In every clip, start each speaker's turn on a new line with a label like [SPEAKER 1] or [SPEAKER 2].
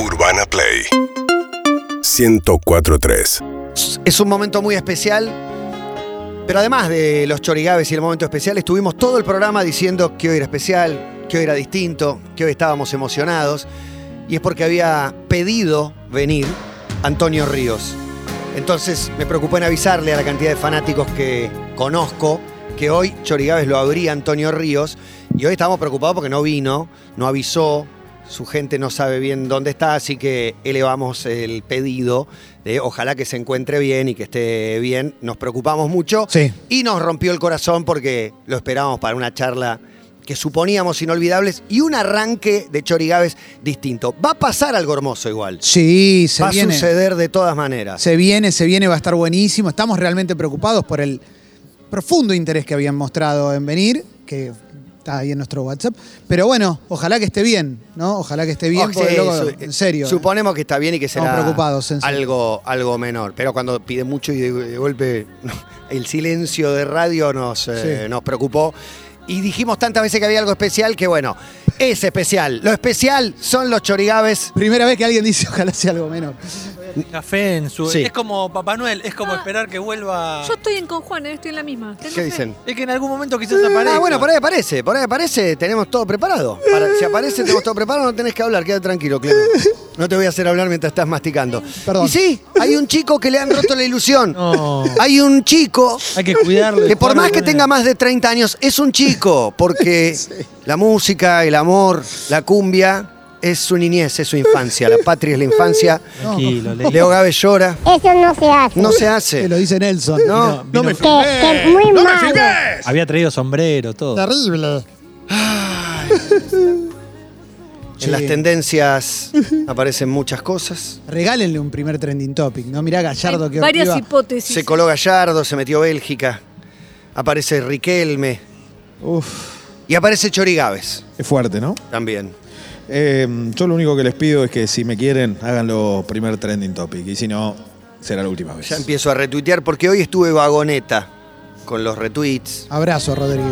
[SPEAKER 1] Urbana Play 104.3
[SPEAKER 2] Es un momento muy especial. Pero además de los chorigaves y el momento especial, estuvimos todo el programa diciendo que hoy era especial, que hoy era distinto, que hoy estábamos emocionados. Y es porque había pedido venir Antonio Ríos. Entonces me preocupé en avisarle a la cantidad de fanáticos que conozco que hoy Chorigaves lo abría Antonio Ríos. Y hoy estamos preocupados porque no vino, no avisó, su gente no sabe bien dónde está, así que elevamos el pedido de ojalá que se encuentre bien y que esté bien. Nos preocupamos mucho
[SPEAKER 3] Sí.
[SPEAKER 2] y nos rompió el corazón porque lo esperábamos para una charla que suponíamos inolvidables y un arranque de Chorigaves distinto. Va a pasar algo hermoso igual.
[SPEAKER 3] Sí, se
[SPEAKER 2] Va
[SPEAKER 3] viene.
[SPEAKER 2] a suceder de todas maneras.
[SPEAKER 3] Se viene, se viene, va a estar buenísimo. Estamos realmente preocupados por el profundo interés que habían mostrado en venir, que está ahí en nuestro WhatsApp. Pero bueno, ojalá que esté bien, ¿no? Ojalá que esté bien,
[SPEAKER 2] Ok,
[SPEAKER 3] porque, loco,
[SPEAKER 2] su-
[SPEAKER 3] en serio.
[SPEAKER 2] eh,
[SPEAKER 3] ¿eh?
[SPEAKER 2] Suponemos que está bien y que
[SPEAKER 3] Estamos
[SPEAKER 2] será
[SPEAKER 3] preocupados, en serio.
[SPEAKER 2] algo, algo menor. Pero cuando pide mucho y de, de golpe el silencio de radio nos, eh,
[SPEAKER 3] Sí.
[SPEAKER 2] nos preocupó. Y dijimos tantas veces que había algo especial que bueno, es especial. Lo especial son los chorigaves.
[SPEAKER 3] Primera vez que alguien dice ojalá sea algo menor.
[SPEAKER 4] Café en su.
[SPEAKER 2] Sí.
[SPEAKER 4] Es como Papá Noel, es como esperar que vuelva.
[SPEAKER 5] Yo estoy en con Juan, eh, estoy en la misma. Tengo
[SPEAKER 2] ¿Qué
[SPEAKER 5] fe.
[SPEAKER 2] dicen?
[SPEAKER 4] Es que en algún momento quizás aparezca.
[SPEAKER 2] Ah, bueno, por ahí aparece, por ahí aparece, tenemos todo preparado. Para- si aparece, tenemos todo preparado, no tenés que hablar, quédate tranquilo, Clemen. No te voy a hacer hablar mientras estás masticando.
[SPEAKER 3] Perdón.
[SPEAKER 2] Y sí, hay un chico que le han roto la ilusión.
[SPEAKER 4] No.
[SPEAKER 2] Hay un chico
[SPEAKER 4] Hay que cuidarlo.
[SPEAKER 2] que por más que tenga más de 30 años, es un chico, porque la música, el amor, la cumbia, es su niñez, es su infancia. La patria es la infancia.
[SPEAKER 4] Tranquilo, Leo.
[SPEAKER 2] Leo Gávez llora,
[SPEAKER 6] Eso no se hace.
[SPEAKER 2] no se
[SPEAKER 3] Te
[SPEAKER 2] hace.
[SPEAKER 3] lo dice Nelson.
[SPEAKER 2] No.
[SPEAKER 4] Vino-
[SPEAKER 6] que, que muy malo.
[SPEAKER 4] Había traído sombrero, todo.
[SPEAKER 3] Terrible.
[SPEAKER 2] En las tendencias aparecen muchas cosas.
[SPEAKER 3] Regálenle un primer trending topic, ¿no? Mirá Gallardo
[SPEAKER 5] Hay
[SPEAKER 3] que
[SPEAKER 5] varias
[SPEAKER 3] iba-
[SPEAKER 5] hipótesis.
[SPEAKER 2] Se coló Gallardo, se metió Bélgica, aparece Riquelme
[SPEAKER 7] Uf,
[SPEAKER 2] y aparece Chori Gávez
[SPEAKER 7] es fuerte, ¿no?
[SPEAKER 2] también.
[SPEAKER 7] Eh, yo lo único que les pido es que si me quieren, háganlo primer trending topic. Y si no, será la última vez.
[SPEAKER 2] Ya empiezo a retuitear porque hoy estuve vagoneta con los retweets.
[SPEAKER 3] Abrazo, Rodrigo.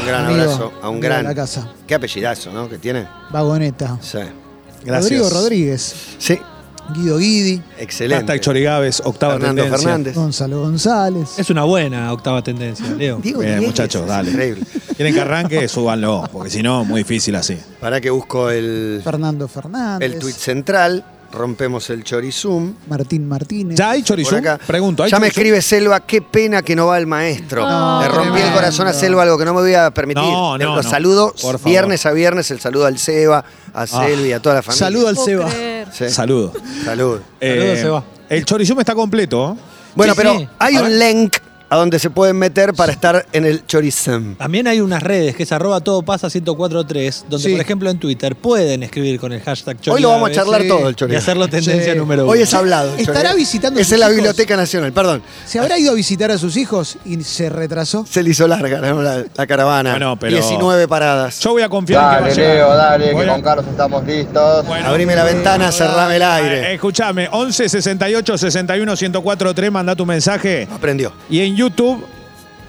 [SPEAKER 2] Un gran
[SPEAKER 3] Amigo,
[SPEAKER 2] abrazo a un
[SPEAKER 3] amigo de
[SPEAKER 2] gran.
[SPEAKER 3] la casa.
[SPEAKER 2] Qué apellidazo, ¿no? Que tiene.
[SPEAKER 3] Vagoneta.
[SPEAKER 2] Sí.
[SPEAKER 7] Gracias.
[SPEAKER 3] Rodrigo Rodríguez.
[SPEAKER 2] Sí.
[SPEAKER 3] Guido Guidi.
[SPEAKER 2] Excelente.
[SPEAKER 7] Hashtag Chorigaves, octava
[SPEAKER 2] Fernando
[SPEAKER 7] tendencia.
[SPEAKER 2] Fernández.
[SPEAKER 3] Gonzalo González.
[SPEAKER 4] Es una buena octava tendencia, Leo.
[SPEAKER 2] Diego
[SPEAKER 7] Bien,
[SPEAKER 2] Diegues,
[SPEAKER 7] muchachos,
[SPEAKER 2] es
[SPEAKER 7] dale.
[SPEAKER 2] Increíble.
[SPEAKER 7] ¿Quieren que arranque? Súbanlo, porque si no, muy difícil así.
[SPEAKER 2] Para que busco el,
[SPEAKER 3] Fernando Fernández.
[SPEAKER 2] el tweet central. Rompemos el chorizum.
[SPEAKER 3] Martín Martínez.
[SPEAKER 7] ¿Ya hay
[SPEAKER 2] Por
[SPEAKER 7] chorizum?
[SPEAKER 2] acá.
[SPEAKER 7] Pregunto, ¿hay
[SPEAKER 2] ya me
[SPEAKER 7] chorizum?
[SPEAKER 2] escribe Selva, qué pena que no va el maestro.
[SPEAKER 5] No,
[SPEAKER 2] Le rompí el
[SPEAKER 3] tremendo.
[SPEAKER 2] corazón a Selva, algo que no me voy a permitir.
[SPEAKER 7] No, no,
[SPEAKER 2] Los
[SPEAKER 7] no.
[SPEAKER 2] saludo
[SPEAKER 7] Por favor. Ah.
[SPEAKER 2] viernes a viernes, el saludo al Seba, a Selvi, a toda la familia.
[SPEAKER 3] Saludo al
[SPEAKER 5] Puedo
[SPEAKER 3] Seba.
[SPEAKER 5] creer.
[SPEAKER 2] Sí.
[SPEAKER 7] Saludo.
[SPEAKER 2] Salud.
[SPEAKER 4] Saludos, Seba.
[SPEAKER 7] Eh, El chorizum está completo.
[SPEAKER 2] Bueno,
[SPEAKER 4] Sí,
[SPEAKER 2] pero
[SPEAKER 4] sí.
[SPEAKER 2] hay
[SPEAKER 7] A
[SPEAKER 2] un
[SPEAKER 7] ver.
[SPEAKER 2] link a donde se pueden meter para estar en el chorizum.
[SPEAKER 4] También hay unas redes que es arroba todo pasa 1043, donde
[SPEAKER 3] Sí.
[SPEAKER 4] por ejemplo en Twitter pueden escribir con el hashtag
[SPEAKER 2] Hoy lo vamos a charlar
[SPEAKER 4] sí,
[SPEAKER 2] todo el
[SPEAKER 4] Y
[SPEAKER 2] chorizo.
[SPEAKER 4] hacerlo tendencia
[SPEAKER 3] Sí.
[SPEAKER 4] número uno.
[SPEAKER 2] Hoy es hablado. el
[SPEAKER 3] ¿Estará
[SPEAKER 2] chorizo.
[SPEAKER 3] visitando
[SPEAKER 2] Es
[SPEAKER 3] sus
[SPEAKER 2] en la
[SPEAKER 3] hijos?
[SPEAKER 2] Biblioteca Nacional, perdón.
[SPEAKER 3] ¿Se habrá ido a visitar a sus hijos y se retrasó?
[SPEAKER 2] Se le hizo larga ¿no? la, la caravana.
[SPEAKER 7] Bueno, pero-
[SPEAKER 2] 19 paradas.
[SPEAKER 7] Yo voy a confiar
[SPEAKER 8] Dale,
[SPEAKER 7] en que va a llegar.
[SPEAKER 8] Leo, dale,
[SPEAKER 7] Voy
[SPEAKER 8] que
[SPEAKER 7] a-
[SPEAKER 8] con Carlos estamos listos.
[SPEAKER 7] Bueno.
[SPEAKER 2] Abrime la ventana, cerrame el
[SPEAKER 7] Eh,
[SPEAKER 2] aire.
[SPEAKER 7] Escuchame, 11 68 61 104 3, manda tu mensaje.
[SPEAKER 2] Aprendió.
[SPEAKER 7] Y en YouTube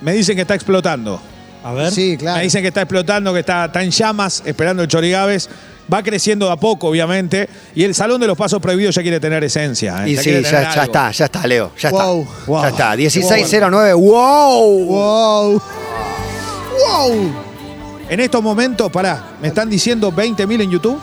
[SPEAKER 7] me dicen que está explotando.
[SPEAKER 4] A ver.
[SPEAKER 3] Sí, claro.
[SPEAKER 7] Me dicen que está explotando, que está, está en llamas, esperando el Chorigaves. Va creciendo de a poco, obviamente. Y el Salón de los Pasos Prohibidos ya quiere tener esencia. ¿eh?
[SPEAKER 2] Y sí,
[SPEAKER 7] quiere tener
[SPEAKER 2] ya, ya
[SPEAKER 7] algo.
[SPEAKER 2] está, ya está, Leo. Ya
[SPEAKER 3] Wow,
[SPEAKER 2] está.
[SPEAKER 7] wow.
[SPEAKER 2] Ya está. 1609. ¡Wow!
[SPEAKER 3] ¡Wow! ¡Wow!
[SPEAKER 7] En estos momentos, pará, me están diciendo 20.000 en YouTube.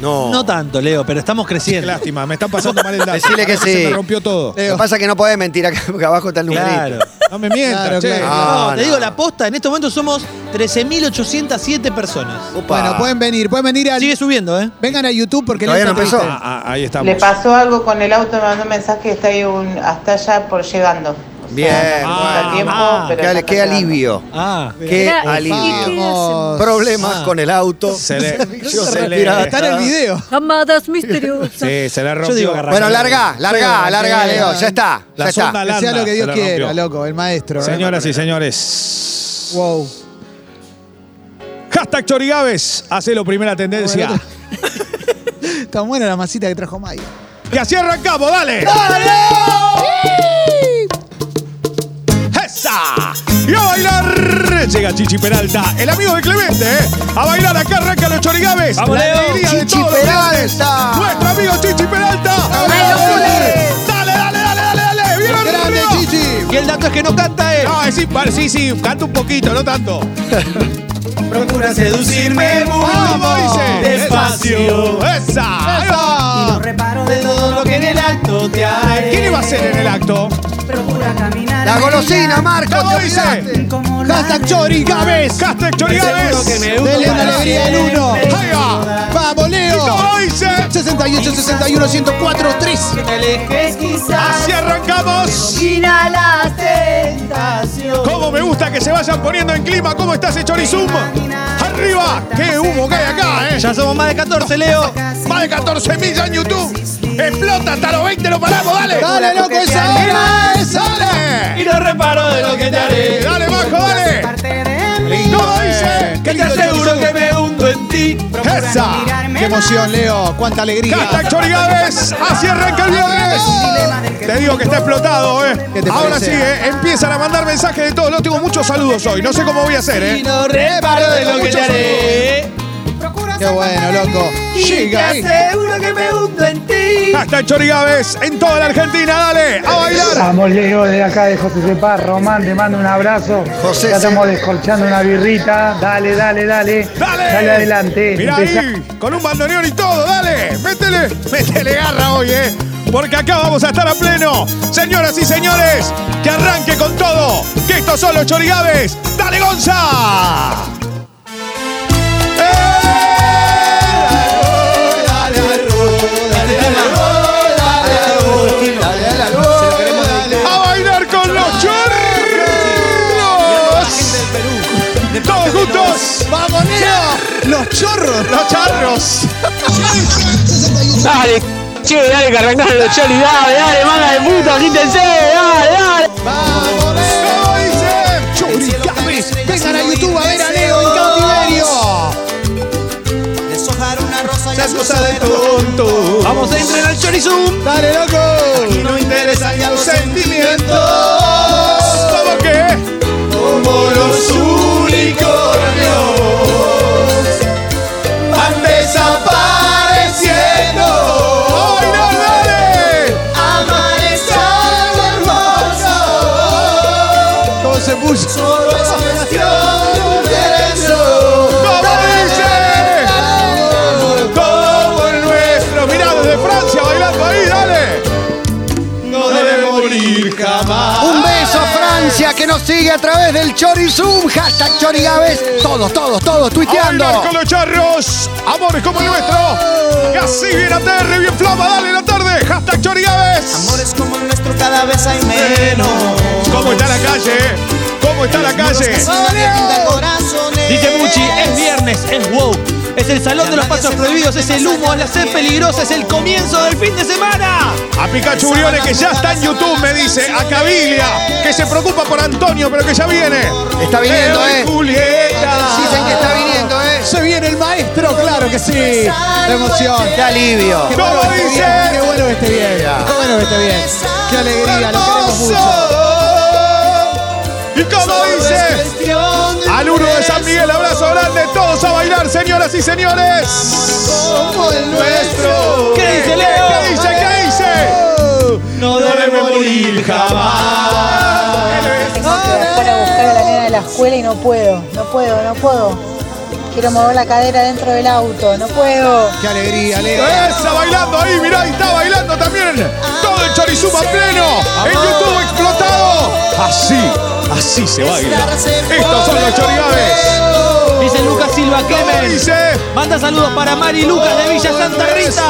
[SPEAKER 2] No.
[SPEAKER 4] No tanto, Leo, pero estamos
[SPEAKER 7] Qué
[SPEAKER 4] creciendo.
[SPEAKER 7] lástima, me están pasando mal el dato.
[SPEAKER 2] Decile que
[SPEAKER 7] Se
[SPEAKER 2] sí.
[SPEAKER 7] me rompió todo.
[SPEAKER 2] Lo que pasa es que no podés mentir acá, porque abajo está el numerito.
[SPEAKER 4] Claro.
[SPEAKER 7] No me mientas,
[SPEAKER 3] Claro,
[SPEAKER 7] che.
[SPEAKER 3] claro.
[SPEAKER 2] No,
[SPEAKER 4] No, te
[SPEAKER 2] no.
[SPEAKER 4] digo la posta, en este momento somos 13.807 personas.
[SPEAKER 2] Opa.
[SPEAKER 3] Bueno, pueden venir, pueden venir al.
[SPEAKER 4] Sigue subiendo, ¿eh?
[SPEAKER 3] Vengan a YouTube porque
[SPEAKER 2] Todavía
[SPEAKER 3] Leo
[SPEAKER 2] no
[SPEAKER 3] está
[SPEAKER 2] empezó.
[SPEAKER 3] triste.
[SPEAKER 7] Ah, ah, ahí estamos.
[SPEAKER 9] Le pasó algo con el auto, me mandó un mensaje que está ahí un, hasta allá por llegando. O sea,
[SPEAKER 2] Bien,
[SPEAKER 9] no está
[SPEAKER 7] bueno.
[SPEAKER 9] tiempo,
[SPEAKER 4] Ah,
[SPEAKER 9] pero
[SPEAKER 2] Qué,
[SPEAKER 9] está
[SPEAKER 2] qué
[SPEAKER 9] llegando.
[SPEAKER 2] alivio.
[SPEAKER 4] Ah.
[SPEAKER 2] Qué
[SPEAKER 5] Mirá,
[SPEAKER 2] alivio.
[SPEAKER 5] ¿y
[SPEAKER 3] Vamos.
[SPEAKER 2] Problemas
[SPEAKER 4] Ah.
[SPEAKER 2] con el auto.
[SPEAKER 7] Se le-
[SPEAKER 2] Yo
[SPEAKER 7] se
[SPEAKER 2] se
[SPEAKER 7] le-
[SPEAKER 2] pirata.
[SPEAKER 3] Está en el video.
[SPEAKER 5] Llamadas misteriosas.
[SPEAKER 7] Sí, se la rompió.
[SPEAKER 4] Yo digo que arranque.
[SPEAKER 2] Bueno, larga, larga,
[SPEAKER 3] Arranqué.
[SPEAKER 2] larga, Leo. Ya está.
[SPEAKER 7] La
[SPEAKER 2] Ya
[SPEAKER 7] sonda
[SPEAKER 2] está.
[SPEAKER 7] la-
[SPEAKER 3] Que sea lo que Dios
[SPEAKER 7] Se la
[SPEAKER 3] quiera,
[SPEAKER 7] rompió.
[SPEAKER 3] loco, el maestro. ¿eh?
[SPEAKER 7] Señoras y señores.
[SPEAKER 3] Wow.
[SPEAKER 7] Hashtag Chorigaves, hacelo primera tendencia.
[SPEAKER 3] Tan buena la masita que trajo Maya.
[SPEAKER 7] Que así arrancamos, dale. ¡Esa! Y a bailar llega Chichi Peralta, el amigo de Clemente, ¿eh? A bailar acá arranca los chorigaves.
[SPEAKER 4] Vamos,
[SPEAKER 7] La
[SPEAKER 4] Leo.
[SPEAKER 7] alegría de
[SPEAKER 2] Chichi
[SPEAKER 7] todos ¿eh? los
[SPEAKER 2] Peralta.
[SPEAKER 7] grandes. Nuestro amigo
[SPEAKER 4] que no canta él.
[SPEAKER 7] No, es impar, sí, sí, canta un poquito, no tanto. Ah,
[SPEAKER 1] Procura seducirme muy
[SPEAKER 7] ¿Cómo dice?
[SPEAKER 1] despacio.
[SPEAKER 7] ¡Esa! ahí va.
[SPEAKER 1] Y los reparos de todo lo que en el acto te haré.
[SPEAKER 7] ¿Quién iba a ser en el acto?
[SPEAKER 1] Procura caminar.
[SPEAKER 2] La golosina, Marco,
[SPEAKER 7] ¿Cómo
[SPEAKER 2] te
[SPEAKER 7] dice?
[SPEAKER 2] olvidaste.
[SPEAKER 1] Como la
[SPEAKER 3] Hashtag
[SPEAKER 1] del
[SPEAKER 3] Chorigaves.
[SPEAKER 7] ¡Castec
[SPEAKER 1] Seguro que me
[SPEAKER 7] Chorigaves!
[SPEAKER 1] uno
[SPEAKER 3] Dele una
[SPEAKER 1] para
[SPEAKER 3] alegría al uno.
[SPEAKER 1] siempre.
[SPEAKER 7] Ahí va.
[SPEAKER 3] ¡Vamos, Leo!
[SPEAKER 7] ¿Cómo dice?
[SPEAKER 3] 68, 61, 104, 3.
[SPEAKER 1] Que te alejes quizás.
[SPEAKER 7] Así arrancamos.
[SPEAKER 1] Domina la tentación.
[SPEAKER 7] ¿Cómo me gusta que se vayan poniendo en clima? ¿Cómo está ese chorizum? ¡Arriba! ¡Qué humo que hay acá, eh!
[SPEAKER 4] Ya somos más de 14, Leo.
[SPEAKER 7] Más de 14.000 en YouTube. ¡Explota hasta los 20! ¡Lo paramos! ¡Dale!
[SPEAKER 3] ¡Dale, loco, esa hora! ¡Esa
[SPEAKER 7] ¡Dale!
[SPEAKER 1] Y los reparos de lo que te haré.
[SPEAKER 7] ¡Dale, Majo, dale!
[SPEAKER 1] Parte de mí.
[SPEAKER 7] ¿Cómo dice?
[SPEAKER 1] Que te aseguro que me hundo en ti. Procura
[SPEAKER 7] ¡Esa!
[SPEAKER 1] no mirarme
[SPEAKER 3] ¡Qué emoción, Leo! ¡Cuánta
[SPEAKER 7] Hashtag
[SPEAKER 3] alegría!
[SPEAKER 7] Chorigaves, así arranca el viernes. Te digo que está explotado, ¿eh?
[SPEAKER 3] ¿Qué te
[SPEAKER 7] Ahora
[SPEAKER 3] parece?
[SPEAKER 7] sí, ¿eh? empiezan a mandar mensajes de todos lados. Tengo muchos saludos hoy. No sé cómo voy a hacer,
[SPEAKER 1] más. Y
[SPEAKER 7] ¿eh?
[SPEAKER 1] los reparos de lo que te haré.
[SPEAKER 3] ¡Qué bueno, loco!
[SPEAKER 1] Y te
[SPEAKER 3] ¡Llega! ahí.
[SPEAKER 1] aseguro que me hundo en ti.
[SPEAKER 7] Hashtag Chorigaves en toda la Argentina, dale, a bailar.
[SPEAKER 8] Vamos Leo de acá de José Cepaz, Román, te mando un abrazo.
[SPEAKER 2] José,
[SPEAKER 8] ya estamos
[SPEAKER 2] sí.
[SPEAKER 8] descolchando una birrita. Dale, dale, dale.
[SPEAKER 7] Dale.
[SPEAKER 8] Dale adelante.
[SPEAKER 7] Mirá
[SPEAKER 8] Empezá-
[SPEAKER 7] ahí, con un bandoneón y todo, dale. Métele, métele garra hoy, ¿eh? Porque acá vamos a estar a pleno. Señoras y señores, que arranque con todo. Que estos son los Chorigaves. ¡Dale, Gonza! ¡Eh!
[SPEAKER 1] Dale al rudo, dale al rudo, dale al rudo. Dale al rudo, dale al rudo.
[SPEAKER 7] ¡A bailar con los chorros! ¡Todos juntos!
[SPEAKER 3] ¡Vamos, Leo! ¡Los chorros!
[SPEAKER 7] ¡Los charros!
[SPEAKER 10] Dale, che, dale que arrancaron los cholis, dale, dale, mala de puta, agítense, dale, dale.
[SPEAKER 7] ¿Cómo dicen?
[SPEAKER 3] ¡Chorigaves! ¡Vengan a YouTube a ver a Leo en cautiverio!
[SPEAKER 1] Deshojar una rosa y
[SPEAKER 7] Es cosa de tonto.
[SPEAKER 4] Vamos a entrar al Chorizum.
[SPEAKER 3] ¡Dale, loco!
[SPEAKER 7] no interesan ya los sentimientos. ¿Cómo que?
[SPEAKER 1] Como los unicornios van desapareciendo.
[SPEAKER 7] ¡Ay, no, dale!
[SPEAKER 1] Amanecer hermoso.
[SPEAKER 3] Todo se puso.
[SPEAKER 1] Solo es cuestión de un deseo.
[SPEAKER 7] ¿Cómo dice? Como el nuestro. Mirá, desde Francia bailando ahí, dale.
[SPEAKER 1] No debe morir jamás.
[SPEAKER 2] Un beso a Francia que nos sigue a través del Chorizum. Hashtag Chorigaves. Todos, todos, todos
[SPEAKER 7] A
[SPEAKER 2] tuiteando.
[SPEAKER 7] bailar con los charros. Amores como el nuestro. Y así bien aterre, bien flama. Dale la tarde. Hashtag Chorigaves.
[SPEAKER 1] Amores como el nuestro cada vez hay menos.
[SPEAKER 7] ¿Cómo está la calle? eh? ¿Cómo está la calle?
[SPEAKER 4] Dice Muchi, es viernes, es wow. Es el salón de los pasos prohibidos, es el humo, es la sed peligrosa, es el comienzo del fin de semana.
[SPEAKER 7] A Pikachu Briones que ya está en YouTube, me dice. A Cabilia, que se preocupa por Antonio, pero que ya viene.
[SPEAKER 2] Está viniendo,
[SPEAKER 7] Leo y
[SPEAKER 2] ¿eh?
[SPEAKER 7] Julieta.
[SPEAKER 2] Dicen que está viniendo, ¿eh?
[SPEAKER 3] Ah. ¡Se viene el maestro! ¡Claro que sí! ¡Qué emoción!
[SPEAKER 2] Qué alivio.
[SPEAKER 3] ¡Qué bueno
[SPEAKER 7] ¿Cómo
[SPEAKER 3] que esté
[SPEAKER 7] dice?
[SPEAKER 3] bien! ¡Qué bueno que esté bien! ¡Qué bueno que esté bien! ¡Qué alegría! ¡Lo queremos mucho!
[SPEAKER 7] ¿Y cómo dice? Al uno de San Miguel, abrazo grande. Todos a bailar, señoras y señores.
[SPEAKER 1] Como el nuestro.
[SPEAKER 4] ¿Qué dice Leo?
[SPEAKER 7] ¿Qué dice? ¿Qué dice?
[SPEAKER 1] No debe morir jamás.
[SPEAKER 2] Ah.
[SPEAKER 11] Para buscar a la nena de la escuela y no puedo, no puedo, no puedo. Quiero mover la cadera dentro del auto, no puedo.
[SPEAKER 3] ¡Qué alegría, Leo!
[SPEAKER 7] Esa bailando ahí, mirá, ahí está bailando también. Todo el chorizuma pleno. En YouTube explotado. Así, así se baila. Estos son los chorigaves.
[SPEAKER 4] Dice Lucas Silva
[SPEAKER 7] ¿Cómo
[SPEAKER 4] Clemens.
[SPEAKER 7] dice?
[SPEAKER 4] Manda saludos para Mari Lucas de Villa Santa Rita.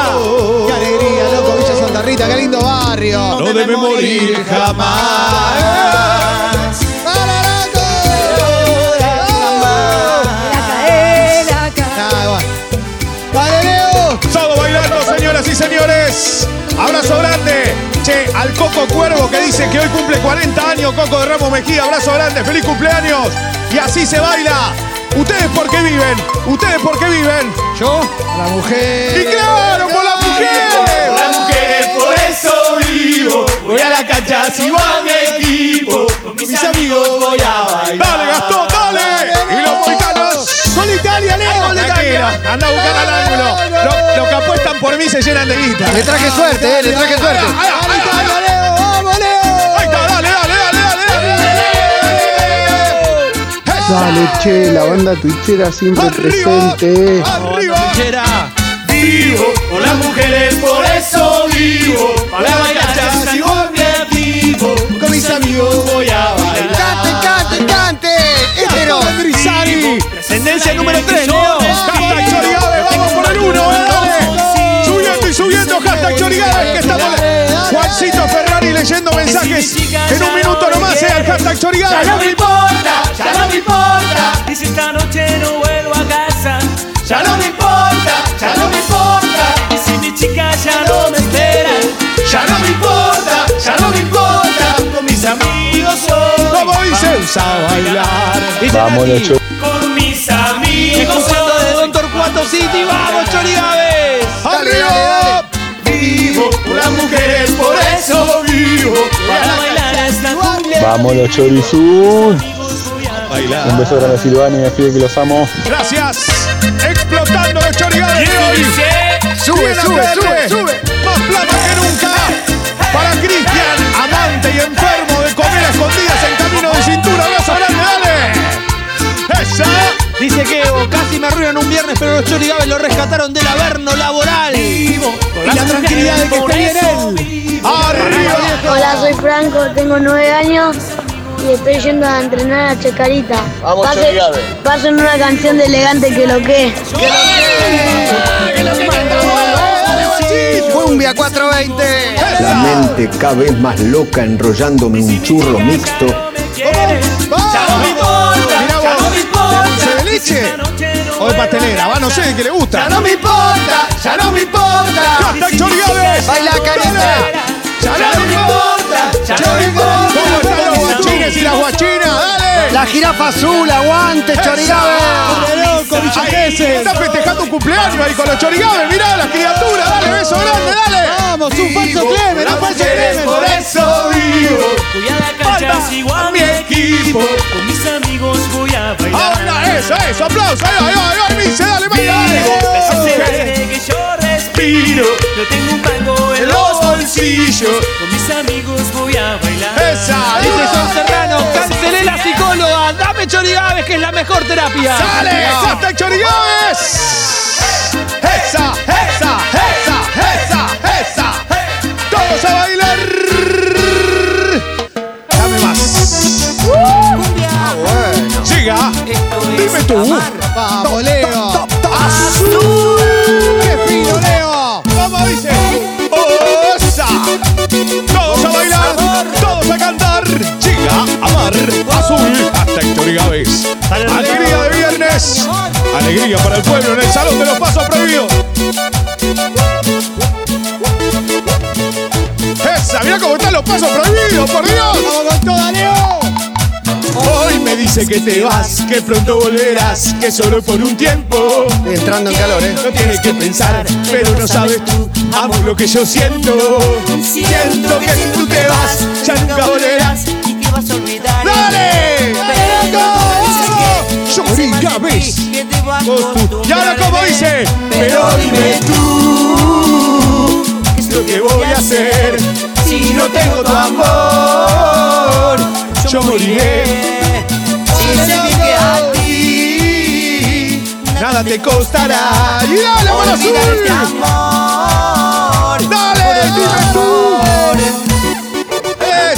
[SPEAKER 3] ¡Qué alegría, loco! Villa Santa Rita, qué lindo barrio.
[SPEAKER 7] No debe morir jamás.
[SPEAKER 3] ¡Para, loco!
[SPEAKER 5] cadera, cadera.
[SPEAKER 3] Nada, bueno. ¡Dale, Leo!
[SPEAKER 7] Todo bailando, señoras y señores. Abrazo grande. Che, al Coco Cuervo que dice que hoy cumple 40 años, Coco de Ramos Mejía. Abrazo grande, feliz cumpleaños. Y así se baila. ¿Ustedes por qué viven? ¿Ustedes por qué viven?
[SPEAKER 3] ¿Yo? La mujer.
[SPEAKER 7] ¡Y claro, por las mujeres!
[SPEAKER 1] La mujer, por eso vivo. Voy a la cancha si va mi equipo. Con mis amigos voy a bailar.
[SPEAKER 7] ¡Dale, Gastón, dale! Y los moitanos. ¡Gol de Italia, Leo! ¡Gol de Italia! Anda a buscar al ángulo. Los, los que apuestan por mí se llenan de guita.
[SPEAKER 2] Le traje suerte, ¿eh? Le traje suerte.
[SPEAKER 7] ¡Ahí está, dale, dale, dale!
[SPEAKER 12] Dale, che, la banda twitchera siempre presente.
[SPEAKER 4] ¡Arriba!
[SPEAKER 1] Vivo, con las mujeres por eso vivo. Para bailar ya sigo vivo. Con mis amigos voy a bailar.
[SPEAKER 2] ¡Cante, cante, cante!
[SPEAKER 1] Este
[SPEAKER 2] ¡Hétero!
[SPEAKER 7] Grisari!
[SPEAKER 4] Tendencia número 3, Leo.
[SPEAKER 7] Hashtag Chorigabe, vamos por el 1, eh, dale. Subiendo y subiendo, hashtag Chorigabe, que estamos. Juancito Ferrari leyendo mensajes. En un minuto nomás, eh, al hashtag
[SPEAKER 1] Ya no me
[SPEAKER 7] Chorigabe.
[SPEAKER 1] importa, ya no me importa. Y si esta noche no vuelvo a casa, ya no me importa, ya no me importa. Y si mi chica ya no me espera, ya no me importa, ya no me importa. Con mis amigos hoy
[SPEAKER 7] ¿Cómo dicen?
[SPEAKER 1] a bailar.
[SPEAKER 12] Vamos, los cho-
[SPEAKER 1] Con mis amigos
[SPEAKER 4] Escuchando de Don Torcuato City, vamos, Chorigaves.
[SPEAKER 7] ¡Arriba!
[SPEAKER 1] vivo, con las mujeres por eso vivo. Para bailar hasta
[SPEAKER 12] Vamos los chorizul.
[SPEAKER 7] Bailar.
[SPEAKER 12] Un beso grande a Silvani, me pide que los amo.
[SPEAKER 7] Gracias. Explotando los Chorigabe de hoy.
[SPEAKER 2] ¡Sube,
[SPEAKER 7] Bien,
[SPEAKER 2] sube, sube,
[SPEAKER 7] ATL.
[SPEAKER 2] sube!
[SPEAKER 7] Más plata que nunca. Para Cristian, amante y enfermo de comer a escondidas en camino de cintura. Abrazo grande, dale. Esa.
[SPEAKER 4] Dice que oh, casi me arruinan un viernes, pero los Chorigaves lo rescataron del averno laboral. Y la tranquilidad de que esté bien él.
[SPEAKER 7] Arriba.
[SPEAKER 6] Hola, soy Franco, tengo nueve años y estoy yendo a entrenar a Chacarita. Vamos, Pasen una canción de elegante que lo que.
[SPEAKER 2] ¡Cumbia 420!
[SPEAKER 13] La mente cada vez más loca enrollándome un churro mixto.
[SPEAKER 1] Ya no me importa,
[SPEAKER 7] Mirá
[SPEAKER 1] ya
[SPEAKER 7] vos.
[SPEAKER 1] no me importa.
[SPEAKER 7] ¿Dulce de leche? O de pastelera, va, no sé de qué le gusta.
[SPEAKER 2] ¡Ya no me importa! ¡Ya no me importa!
[SPEAKER 7] ¡Hashtag Chorigaves!
[SPEAKER 2] ¡Baila, careta!
[SPEAKER 1] Ya no me importa, ya no me
[SPEAKER 7] ¿Cómo
[SPEAKER 1] importa.
[SPEAKER 7] están los guachines y las guachinas? ¡Dale!
[SPEAKER 2] ¡La jirafa azul! ¡Aguante, Chorigabe!
[SPEAKER 7] Este Ahí, Está festejando un cumpleaños ahí con los chorigaves, mirá las criaturas, dale, beso grande, dale. Vamos, un falso Clemen, un falso
[SPEAKER 1] Mujeres, por eso vivo. Voy a la cancha,
[SPEAKER 7] Falta
[SPEAKER 1] sigo a mi equipo. Con mis amigos voy a
[SPEAKER 7] Ah, baila, eso, eso, aplauso, ahí va, ahí va, ahí va, Vince, dale, baila, dale.
[SPEAKER 1] que yo respiro. Yo tengo un pango en los bolsillos. Con mis amigos voy a bailar.
[SPEAKER 7] Esa,
[SPEAKER 4] Dice Son
[SPEAKER 7] dale.
[SPEAKER 4] Serrano, cancelé la psicóloga. Dame Chorigaves, que es la mejor terapia.
[SPEAKER 7] ¡Sale! ¡Hashtag Chorigaves! ¡Esa! ¡Esa! ¡Esa! ¡Esa! ¡Esa! ¡Todos a bailar! ¡Dame más! Ah, ¡Siga! ¡Dime tú!
[SPEAKER 3] ¡Vamos, Leo!
[SPEAKER 7] ¡Azul!
[SPEAKER 3] ¡Qué fino, Leo!
[SPEAKER 7] ¿Cómo dice? ¡Osa! Todos a bailar, todos a cantar, chica, amar, azul, hasta Héctor Gávez. Alegría de viernes, alegría para el pueblo en el Salón de los Pasos Prohibidos. ¡Esa! ¡Mirá cómo están los pasos prohibidos, por Dios! ¡Vamos toda, Leo! Hoy me dice que te vas, que pronto volverás, que solo por un tiempo.
[SPEAKER 2] Entrando en calor, ¿eh?
[SPEAKER 7] No tienes que pensar, pero no sabes tú, amor, lo que yo siento. Siento que si tú te vas, ya nunca volverás.
[SPEAKER 14] y que vas a olvidar.
[SPEAKER 7] ¡Dale! ¡Vamos! ¡Yo
[SPEAKER 14] Pero
[SPEAKER 7] ya ves!
[SPEAKER 14] Que te vas
[SPEAKER 7] Vos tú. Y ahora, como dice, pero dime tú, ¿qué es lo que voy a hacer si no tengo tu amor? Yo moriré.
[SPEAKER 14] Si se vive a
[SPEAKER 7] ti Nada te costará. ¡Y dale, mano azul!
[SPEAKER 14] olvidar este amor.
[SPEAKER 7] ¡Dale, dime tú!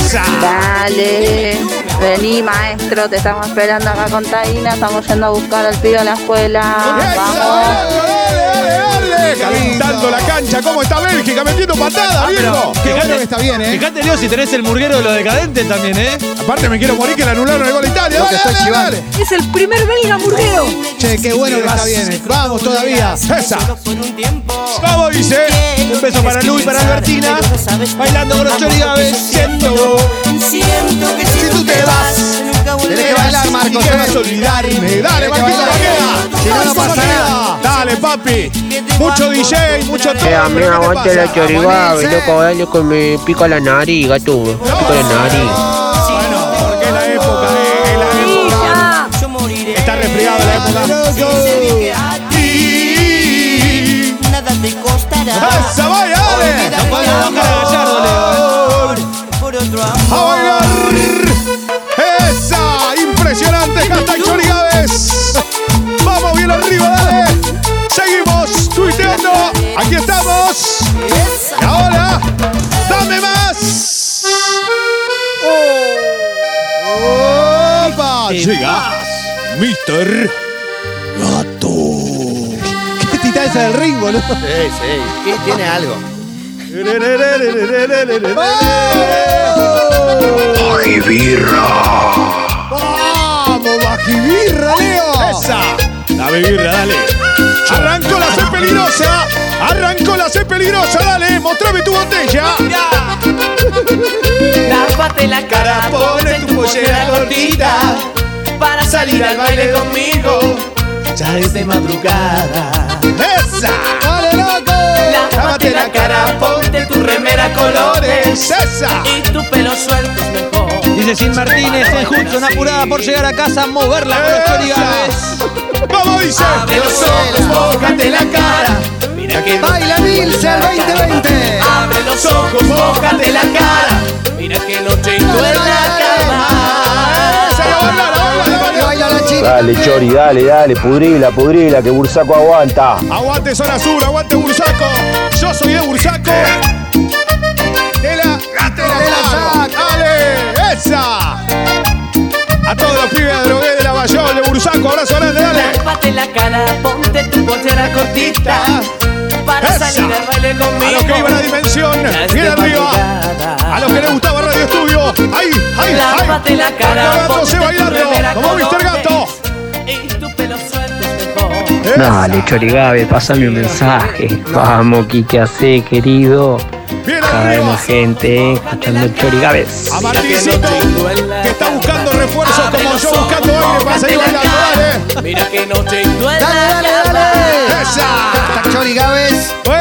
[SPEAKER 7] ¡Esa!
[SPEAKER 15] Dale, vení maestro, te estamos esperando acá con Taina, estamos yendo a buscar al pibe a la escuela.
[SPEAKER 7] ¡Esa!
[SPEAKER 15] Vamos.
[SPEAKER 7] ¡Dale, dale, dale! Calentando la cancha. ¿Cómo está Bélgica? Metiendo
[SPEAKER 14] Ah,
[SPEAKER 7] patada, viejo.
[SPEAKER 3] Qué bueno que está bien, ¿eh?
[SPEAKER 4] Fíjate, Leo, si tenés el murguero de los decadentes también, ¿eh?
[SPEAKER 7] Aparte, me quiero morir que le anularon el gol a Italia.
[SPEAKER 3] Lo que
[SPEAKER 7] ¡Dale,
[SPEAKER 3] estoy
[SPEAKER 7] dale,
[SPEAKER 3] chivando.
[SPEAKER 7] dale!
[SPEAKER 5] Es el primer belga burguero.
[SPEAKER 3] Che, qué bueno que está bien. eh. Vamos todavía.
[SPEAKER 7] ¡Esa! ¿Cómo dice?
[SPEAKER 4] Un beso para Lu y para Albertina. Bailando con los Chorigaves.
[SPEAKER 7] Siento
[SPEAKER 14] Siento que si tú te vas, nunca
[SPEAKER 2] Tenés que
[SPEAKER 14] volverás.
[SPEAKER 2] bailar, Marcos. eh.
[SPEAKER 7] que vas a olvidarme. Dale, Marquito Vaqueda.
[SPEAKER 2] Si no, no pasa
[SPEAKER 7] nada. Dale, papi. Mucho DJ, mucho todo.
[SPEAKER 14] Eh,
[SPEAKER 7] pero ¿qué te pasa?
[SPEAKER 10] chorigabe, loco, dale que me pica la nariz, gato, me pica la nariz.
[SPEAKER 7] Bueno, porque es la época, eh, es la época.
[SPEAKER 5] ¡Hija!
[SPEAKER 14] Yo moriré.
[SPEAKER 7] Está resfriada la época. Y-
[SPEAKER 14] Nada te costará.
[SPEAKER 7] ¡Esa, vaya, dale!
[SPEAKER 14] Olvidar
[SPEAKER 4] No podemos
[SPEAKER 14] este
[SPEAKER 4] bajar a Gallardo, Leo,
[SPEAKER 14] amor Por otro
[SPEAKER 7] ¡A
[SPEAKER 14] amor.
[SPEAKER 7] bailar! ¡Esa! ¡Impresionante! ¡Hashtag Johnny estamos. Y ahora, dame más. Oh, ¡Opa! Llega Mister Gato.
[SPEAKER 3] ¿Qué tita esa del ring, boludo?
[SPEAKER 2] Sí, sí. Ti- Tiene algo.
[SPEAKER 7] ¡Vamos, Bajibirra, Leo! ¡Esa! Dame birra, dale. ¡Arrancó la C peligrosa! ¡Arrancó la C peligrosa! ¡Dale! ¡Mostrame tu botella!
[SPEAKER 1] Lávate la cara, ponte tu pollera gordita Para salir al baile conmigo Ya es de madrugada
[SPEAKER 7] ¡Esa! ¡Dale, loco!
[SPEAKER 1] Lávate la cara, ponte tu remera colores
[SPEAKER 7] ¡Esa!
[SPEAKER 1] Y tu pelo suelto es mejor
[SPEAKER 4] Dice Sin Martínez, en Hudson, apurada por llegar a casa, moverla con los chorigaves.
[SPEAKER 7] ¡Vamos, dice!
[SPEAKER 1] Abre los ojos, bójate la cara Mira que
[SPEAKER 2] Baila Milce al 2020.
[SPEAKER 1] Abre los ojos, bójate la cara Mira que no tengo en la cama
[SPEAKER 2] Que baila la chica.
[SPEAKER 10] Dale, Chori, dale, dale, pudrila, pudrila, que Bursaco aguanta.
[SPEAKER 7] Aguante zona azul, aguante Bursaco. Yo soy de Bursaco. Te la, te la saco. Dale, esa. A todos los pibes de drogué de la Bayol, de Bursaco, abrazo grande, dale.
[SPEAKER 1] Lávate la cara, ponte tu pollera cortita Para
[SPEAKER 7] Esa.
[SPEAKER 1] salir al baile
[SPEAKER 7] A
[SPEAKER 1] conmigo
[SPEAKER 7] los que iban a dimensión,
[SPEAKER 1] Ya es
[SPEAKER 7] bien
[SPEAKER 1] de
[SPEAKER 7] arriba.
[SPEAKER 1] madrugada.
[SPEAKER 7] A los que les gustaba Radio Estudio, ahí, ahí,
[SPEAKER 1] Lávate
[SPEAKER 7] ahí.
[SPEAKER 1] la cara, ponte
[SPEAKER 7] Acabándose
[SPEAKER 1] tu
[SPEAKER 7] bailando.
[SPEAKER 1] remera
[SPEAKER 7] Como Mr. Gato.
[SPEAKER 1] Y tu pelo suelto es mejor
[SPEAKER 16] Dale, Chorigabe, pásame un mensaje. Vamos, Kike, hace, querido. Cada vez más gente eh, escuchando el Chorigabes.
[SPEAKER 7] A Martincito, que está buscando refuerzos como yo buscando aire para seguir bailando, dale.
[SPEAKER 1] Mira que no tengo en
[SPEAKER 2] Dale,
[SPEAKER 1] la
[SPEAKER 2] dale, dale. Hashtag Chori Gávez. Todos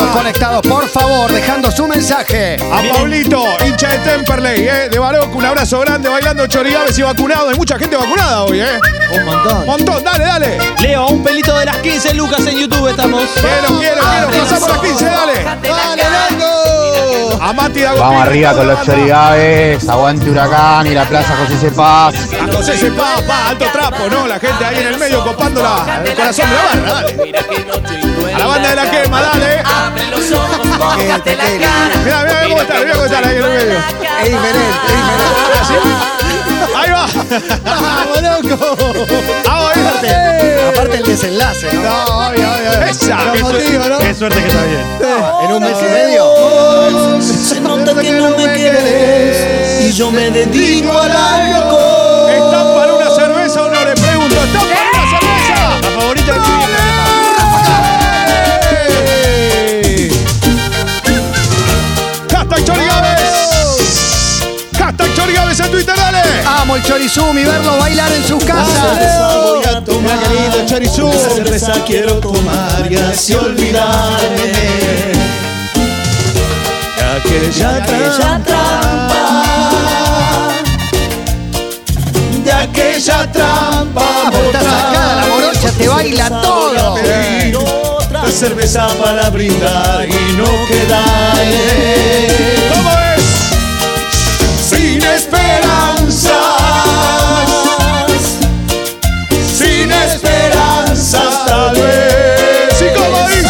[SPEAKER 7] ¡Buena!
[SPEAKER 2] conectados, por favor, dejando su mensaje.
[SPEAKER 7] A Pablito, hincha de Temperley, eh, de Baroc, un abrazo grande, bailando chorigaves y vacunado. Hay mucha gente vacunada hoy, ¿eh?
[SPEAKER 4] Un montón.
[SPEAKER 7] Montón, dale, dale.
[SPEAKER 4] Leo, a un pelito de las 15 lucas en YouTube estamos.
[SPEAKER 7] Quiero, quiero, quiero. Pasamos las 15, dale.
[SPEAKER 3] ¡Dale, Largo!
[SPEAKER 7] A Mati Dago.
[SPEAKER 17] Vamos arriba con los chorigaves, aguante huracán y la plaza José C. Paz.
[SPEAKER 7] A José Cepá, pa, alto trapo, ¿no? La gente ahí en el medio copando la, el corazón de la barra, dale.
[SPEAKER 1] Mira que no tengo en
[SPEAKER 7] A la banda de la quema, dale. Este,
[SPEAKER 1] Abre los ojos, bójate la cara
[SPEAKER 7] Mirá, mirá cómo está, mirá cómo está ahí en el medio.
[SPEAKER 2] Es diferente, es diferente.
[SPEAKER 7] Ahora sí. Ahí va.
[SPEAKER 3] ¡Vamos, loco!
[SPEAKER 7] Ah, oíste.
[SPEAKER 2] Aparte el desenlace, ¿no?
[SPEAKER 7] No, obvio, obvio. obvio.
[SPEAKER 3] Esa.
[SPEAKER 7] Lo
[SPEAKER 3] Qué su-
[SPEAKER 7] motivo, ¿no?
[SPEAKER 18] Qué suerte que está bien.
[SPEAKER 2] Eh, En un mes y medio.
[SPEAKER 1] Se nota que no me querés Y yo me dedico al
[SPEAKER 7] ¿Están para una cerveza o no? Le pregunto. ¿Están para una cerveza?
[SPEAKER 4] La favorita de
[SPEAKER 7] ¡Ey! Hashtag Chorigaves. Hashtag Chorigaves en Twitter, dale.
[SPEAKER 2] Amo el Chorizumi, verlo bailar en sus
[SPEAKER 1] Ah,
[SPEAKER 2] casas.
[SPEAKER 1] cerveza voy a tomar
[SPEAKER 7] querido Chorizú.
[SPEAKER 1] Esa cerveza quiero tomar y así olvidarme de aquella trampa De aquella trampa
[SPEAKER 2] Ah, pero está sacada la morocha, te baila todo.
[SPEAKER 1] pedir otra cerveza para brindar y no quedarme
[SPEAKER 7] ¿Cómo es?
[SPEAKER 1] sin esperanzas, sin esperanzas tal vez.
[SPEAKER 7] Sí, como dice.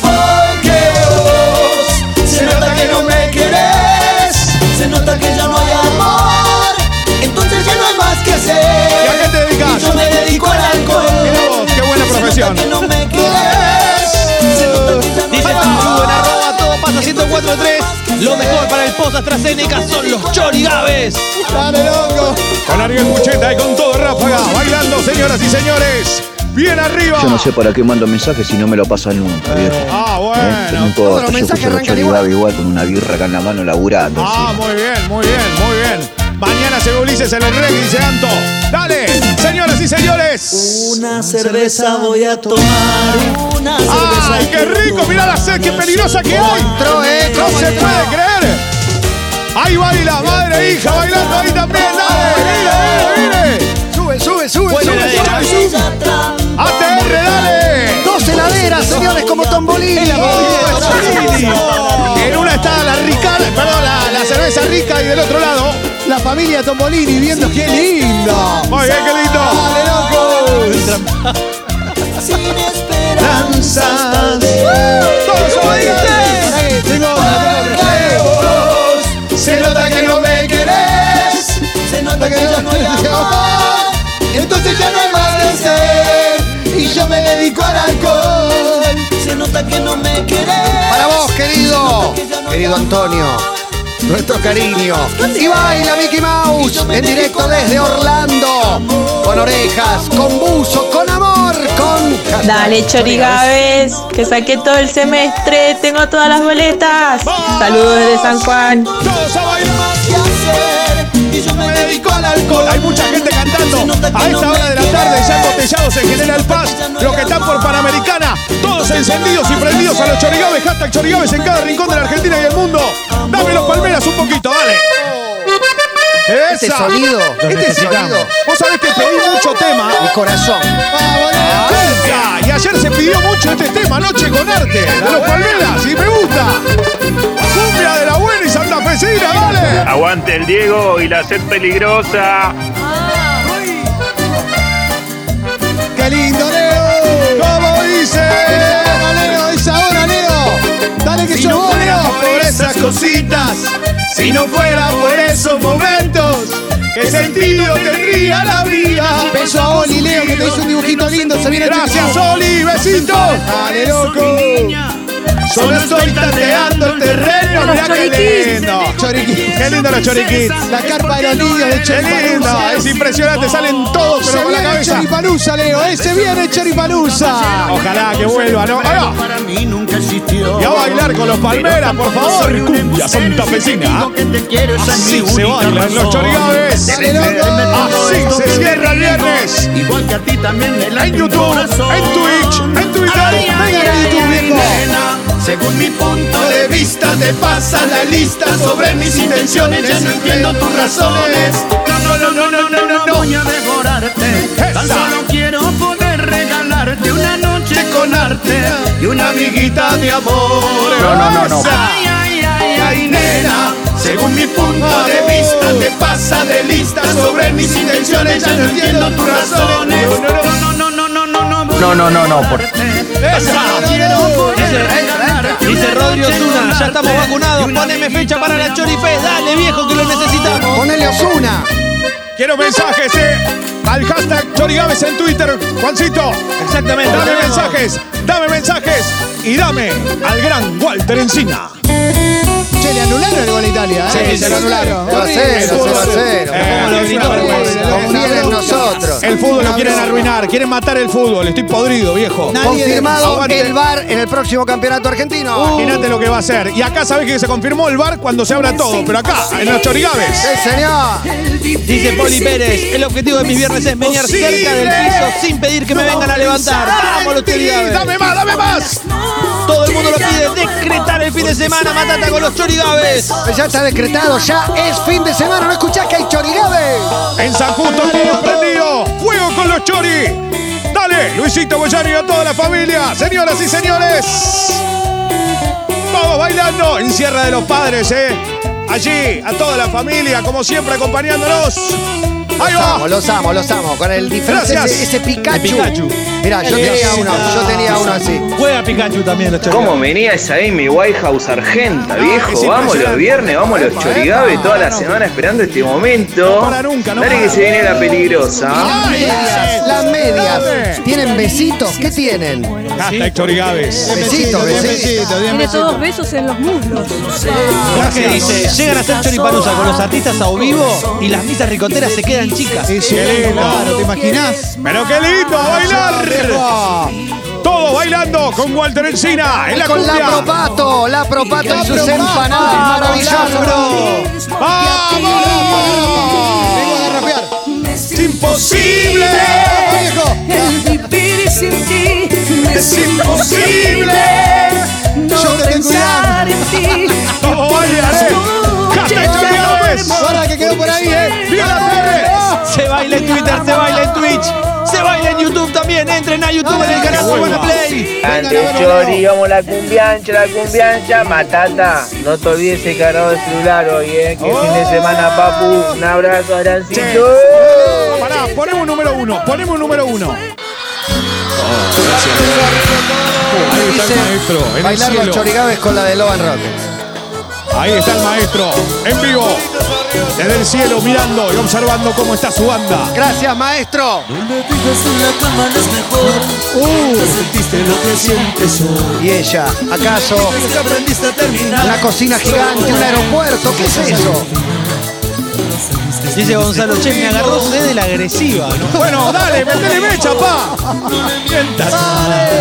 [SPEAKER 1] Porque vos se nota que no me querés, se nota que ya no hay amor, entonces ya no hay más que
[SPEAKER 7] ¿Y a qué
[SPEAKER 1] hacer.
[SPEAKER 7] te dedicas?
[SPEAKER 1] Yo me dedico al
[SPEAKER 7] Mirá vos,
[SPEAKER 1] alcohol,
[SPEAKER 7] qué buena profesión.
[SPEAKER 1] que no me querés, se nota que ya no
[SPEAKER 4] Dice
[SPEAKER 1] hay
[SPEAKER 4] Tucu en
[SPEAKER 1] amor.
[SPEAKER 4] arroba todo pasa 1043. Lo mejor para el post AstraZeneca son los chorigaves.
[SPEAKER 7] Dale, loco. Con Ariel Mucheta y con todo Ráfaga. Bailando, señoras y señores. Bien arriba.
[SPEAKER 19] Yo no sé para qué mando mensajes si no me lo pasan nunca, viejo. Eh,
[SPEAKER 7] Ah,
[SPEAKER 19] No
[SPEAKER 7] bueno.
[SPEAKER 2] todos
[SPEAKER 19] importa,
[SPEAKER 2] los
[SPEAKER 19] yo
[SPEAKER 2] mensajes
[SPEAKER 19] escucho a los
[SPEAKER 2] arrancan
[SPEAKER 19] Chori
[SPEAKER 2] igual.
[SPEAKER 19] Gabe igual con una birra acá en la mano laburando.
[SPEAKER 7] Ah, muy bien, muy bien, muy bien. Mañana se ve Ulises en el rey, dice Anto. Dale, señoras y señores.
[SPEAKER 1] Una cerveza voy a tomar, una cerveza.
[SPEAKER 7] ¡Ay, qué rico! Mirá la sed, qué peligrosa que hay.
[SPEAKER 2] Entró, eh,
[SPEAKER 7] No
[SPEAKER 2] entró,
[SPEAKER 7] se
[SPEAKER 2] entró.
[SPEAKER 7] puede creer. Ahí baila, madre e hija, bailando ahí también. Dale, mire, mire, mire.
[SPEAKER 2] Sube, sube, sube,
[SPEAKER 7] Buena
[SPEAKER 2] sube,
[SPEAKER 7] idea.
[SPEAKER 2] sube, sube.
[SPEAKER 7] ATR, dale.
[SPEAKER 2] Dos heladeras, señores, como Tombolini.
[SPEAKER 7] En una está la rica, perdón, la, la cerveza rica y del otro lado.
[SPEAKER 3] La familia Tombolini viendo qué lindo.
[SPEAKER 7] Muy bien, qué lindo.
[SPEAKER 3] Dale, loco.
[SPEAKER 1] Sin esperanzas.
[SPEAKER 2] Para vos, querido. Querido Antonio. Nuestro cariño. Y baila Mickey Mouse en directo desde Orlando. Con orejas, con buzo, con amor, con.
[SPEAKER 20] Dale, Chorigabes, que saqué todo el semestre, tengo todas las boletas. Saludos desde San Juan.
[SPEAKER 7] Me dedico al alcohol. Hay mucha gente cantando a esta hora de la tarde, ya embotellados en General Paz, los que están por Panamericana, todos encendidos y prendidos a los chorigaves, hashtag chorigaves en cada rincón de la Argentina y del mundo. Dame los palmeras un poquito, dale.
[SPEAKER 2] Este sonido, lo
[SPEAKER 7] Este
[SPEAKER 2] necesitamos.
[SPEAKER 7] sonido. Vos sabés que pedí mucho tema.
[SPEAKER 2] Mi corazón.
[SPEAKER 7] Esa. Y ayer se pidió mucho este tema, Noche con Arte, de los palmeras, y me gusta. Cumbia de la buena y Santa Fecina, dale.
[SPEAKER 21] Aguante el Diego y la sed peligrosa.
[SPEAKER 5] Ah,
[SPEAKER 7] ¡Qué lindo, Leo! ¿Cómo dice? ¡Ahora, Leo! ¡Es ahora, Leo! ¡Dale que
[SPEAKER 5] Si
[SPEAKER 7] yo
[SPEAKER 5] no
[SPEAKER 7] voy,
[SPEAKER 5] fuera
[SPEAKER 7] Leo!
[SPEAKER 5] por esas cositas, si no fuera por esos momentos, ¿qué sentido tendría la vida?
[SPEAKER 3] Beso a Oli, Leo, que te hizo un dibujito lindo. Se viene el
[SPEAKER 7] ¡Gracias,
[SPEAKER 3] chico.
[SPEAKER 7] Oli! ¡Besito! ¡Dale, loco! Solo estoy tanteando el terreno, mirá qué lindo.
[SPEAKER 3] Choriquis.
[SPEAKER 7] Qué lindo los choriquis.
[SPEAKER 3] La carpa de los niños de
[SPEAKER 7] Qué lindo,
[SPEAKER 3] Choripalusa.
[SPEAKER 7] es impresionante, salen todos
[SPEAKER 3] Se
[SPEAKER 7] pero con la
[SPEAKER 3] viene
[SPEAKER 7] cabeza.
[SPEAKER 3] Choripalusa, Leo. eh, Se viene Choripalusa.
[SPEAKER 7] Ojalá que vuelva, ¿no? Ahí va. Y a bailar con los palmeras, por favor. Cumbia santafesina. Así se bailan los chorigaves. Así se cierra el viernes.
[SPEAKER 5] Igual que a ti también me
[SPEAKER 7] En YouTube, en Twitch, en Twitter. Vengan a YouTube, viejo.
[SPEAKER 5] Según mi punto de vista te pasa la lista sobre mis intenciones Ya no entiendo tus razones No, no, no, no, no, no, no, voy a devorarte Tan
[SPEAKER 7] Esa.
[SPEAKER 5] solo quiero poder regalarte una noche con arte Y una amiguita de amor
[SPEAKER 7] No, no, no, no.
[SPEAKER 5] Ay, ay, ay, ay, nena Según mi punto de vista te pasa de lista sobre mis intenciones Ya no entiendo tus razones No, no, no, no, no, no, no, voy
[SPEAKER 22] No,
[SPEAKER 5] a
[SPEAKER 22] no, no, no. por-
[SPEAKER 5] Esa.
[SPEAKER 10] Dice Rodri Osuna, ya estamos vacunados, poneme fecha para la Choripes, dale viejo que lo necesitamos.
[SPEAKER 2] Ponele Osuna.
[SPEAKER 7] Quiero mensajes, eh. Al hashtag Chorigaves en Twitter, Juancito.
[SPEAKER 10] Exactamente.
[SPEAKER 7] Dame
[SPEAKER 10] tenemos.
[SPEAKER 7] mensajes, dame mensajes y dame al gran Walter Encina.
[SPEAKER 3] Che, le anularon el gol a Italia. eh.
[SPEAKER 7] Sí, se lo anularon.
[SPEAKER 2] Cero a cero, cero a cero.
[SPEAKER 7] Eh,
[SPEAKER 2] Como lo
[SPEAKER 7] es una
[SPEAKER 2] gritó,
[SPEAKER 7] vergüenza.
[SPEAKER 2] confíen en nosotros.
[SPEAKER 7] El fútbol lo quieren arruinar, quieren matar el fútbol. Estoy podrido, viejo.
[SPEAKER 2] Confirmado
[SPEAKER 7] Aguante.
[SPEAKER 2] el VAR en el próximo campeonato argentino.
[SPEAKER 7] Imagínate lo que va a ser. Y acá sabés que se confirmó el bar cuando se abra todo, pero acá, en los chorigaves.
[SPEAKER 2] Sí, señor.
[SPEAKER 10] Dice Poli Pérez, el objetivo de mis viernes es menear cerca del piso sin pedir que me vengan a levantar. Vamos los chorigaves.
[SPEAKER 7] Dame más, dame más.
[SPEAKER 10] Todo el mundo lo pide, decretar el fin de semana, matata con los chorigaves.
[SPEAKER 2] Ya está decretado, ya es fin de semana. ¿No escuchás que hay chorigaves?
[SPEAKER 7] En San Justo todo prendido. Fuego con los chori. Dale, Luisito Boyani y a toda la familia. Señoras y señores. Vamos bailando en Sierra de los Padres, ¿eh? Allí, a toda la familia, como siempre, acompañándonos. Ahí
[SPEAKER 2] Los amo,
[SPEAKER 7] va.
[SPEAKER 2] los amo, los amo. Con el disfraz
[SPEAKER 7] Gracias.
[SPEAKER 2] ese, ese Pikachu.
[SPEAKER 10] El Pikachu.
[SPEAKER 2] Mirá, yo tenía uno, yo tenía uno así.
[SPEAKER 10] Juega Pikachu también los chorigaves.
[SPEAKER 23] ¿Cómo venía esa Amy Whitehouse argenta,
[SPEAKER 7] es
[SPEAKER 23] viejo? Vamos los
[SPEAKER 7] impresionante.
[SPEAKER 23] viernes, vamos los
[SPEAKER 7] Epa,
[SPEAKER 23] chorigaves
[SPEAKER 7] epa.
[SPEAKER 23] toda la
[SPEAKER 7] No, no.
[SPEAKER 23] semana esperando este momento.
[SPEAKER 7] No para nunca, no
[SPEAKER 23] Dale que
[SPEAKER 7] para.
[SPEAKER 23] se viene la peligrosa.
[SPEAKER 7] Ay,
[SPEAKER 2] Medias, las medias.
[SPEAKER 7] Dame.
[SPEAKER 2] ¿Tienen besitos? ¿Qué tienen?
[SPEAKER 7] Hashtag chorigaves.
[SPEAKER 2] Besitos, besitos.
[SPEAKER 24] Tiene todos besos en los muslos.
[SPEAKER 10] Jorge dice, llegan a hacer choriparusa con los artistas a o vivo y las misas ricoteras se quedan chicas.
[SPEAKER 7] Qué lindo.
[SPEAKER 3] Claro, ¿te imaginás?
[SPEAKER 7] Pero qué lindo,
[SPEAKER 2] Ah,
[SPEAKER 5] Ah.
[SPEAKER 7] a bailar. Todo bailando con Walter Encina en la
[SPEAKER 2] Con la
[SPEAKER 7] cumbia.
[SPEAKER 2] propato, la propato y sus empanadas maravillosas.
[SPEAKER 7] ¡Vamos!
[SPEAKER 3] Vengo a rapear.
[SPEAKER 7] ¡Es imposible!
[SPEAKER 5] Vivir sin ti
[SPEAKER 7] ¡Es imposible!
[SPEAKER 3] Yo te tengo un hambre.
[SPEAKER 5] en ti.
[SPEAKER 7] ¡Vamos, bailaré! ¡Hashtag Chorigaves!
[SPEAKER 3] Ahora que quedó por ahí, eh.
[SPEAKER 7] ¡Viva la Pérez!
[SPEAKER 10] Se baila en Twitter, se baila en Twitch, se baila en YouTube también. Entren a YouTube en el canal Suban a Play.
[SPEAKER 1] Ante Chori, vamos la cumbiancha, la cumbiancha, matata. No te olvides el cargado del celular hoy, eh. Que fin de semana, papu. Un abrazo, arancito.
[SPEAKER 7] Pará, ponemos un número uno, ponemos un número
[SPEAKER 2] Oh,
[SPEAKER 7] uno. Ahí está el maestro, en el
[SPEAKER 2] Bailar los
[SPEAKER 7] cielo.
[SPEAKER 2] chorigaves con la de Loban Rockets.
[SPEAKER 7] Ahí está el maestro, en vivo. desde el cielo mirando y observando cómo está su banda.
[SPEAKER 2] Gracias, maestro.
[SPEAKER 10] Uh.
[SPEAKER 2] Y ella, ¿acaso? Una cocina gigante, un aeropuerto, ¿qué es eso?
[SPEAKER 4] Dice Gonzalo, che, me agarró sed de la agresiva, ¿no?
[SPEAKER 7] Bueno, dale, metele mecha, pa. Mientas.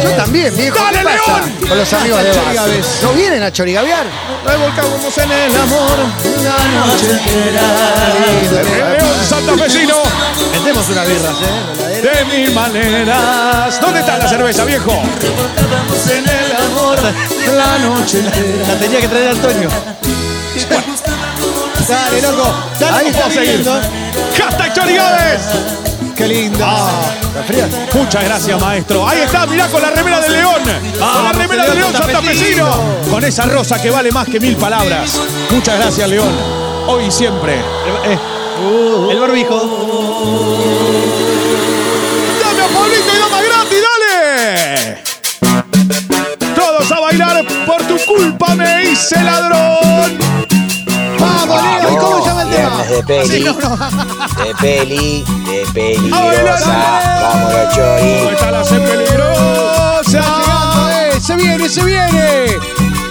[SPEAKER 2] Yo también, viejo. ¿qué
[SPEAKER 7] ¡Dale,
[SPEAKER 2] pasa
[SPEAKER 7] León!
[SPEAKER 2] Con los amigos de Vaz. ¿No vienen a chorigabear?
[SPEAKER 7] Revolcámonos en el amor una noche entera. León santafesino.
[SPEAKER 4] Vendemos unas birras, ¿eh?
[SPEAKER 7] De mil maneras. ¿Dónde está la cerveza, viejo?
[SPEAKER 1] en el amor la noche entera.
[SPEAKER 4] La tenía que traer Antonio. Dale, loco. Dale,
[SPEAKER 7] Ahí
[SPEAKER 4] ¿cómo
[SPEAKER 7] está
[SPEAKER 4] puedo
[SPEAKER 7] seguir.
[SPEAKER 4] seguir?
[SPEAKER 7] Hashtag Chorigaves.
[SPEAKER 4] Qué lindo.
[SPEAKER 7] Ah, Muchas gracias, maestro. Ahí está, mirá con la remera de León. Con la
[SPEAKER 4] Vamos,
[SPEAKER 7] remera de León
[SPEAKER 4] León santafesino.
[SPEAKER 7] santafesino. Con esa rosa que vale más que mil palabras. Muchas gracias, León. Hoy y siempre.
[SPEAKER 4] Eh, el barbijo.
[SPEAKER 7] ¡Dame a Pablito y dame a gratis, dale! Todos a bailar, por tu culpa me hice ladrón.
[SPEAKER 3] ¡Vamos, Leo! ¿Y cómo llama el tema?
[SPEAKER 25] Viernes de peli.
[SPEAKER 3] Sí, no, no.
[SPEAKER 25] De peli, de
[SPEAKER 7] ¡A bailar!
[SPEAKER 25] peligrosa. Vámonos,
[SPEAKER 7] ¿Cómo
[SPEAKER 25] Chori.
[SPEAKER 7] está la C peligrosa?
[SPEAKER 3] Eh, ¡Se viene, se viene!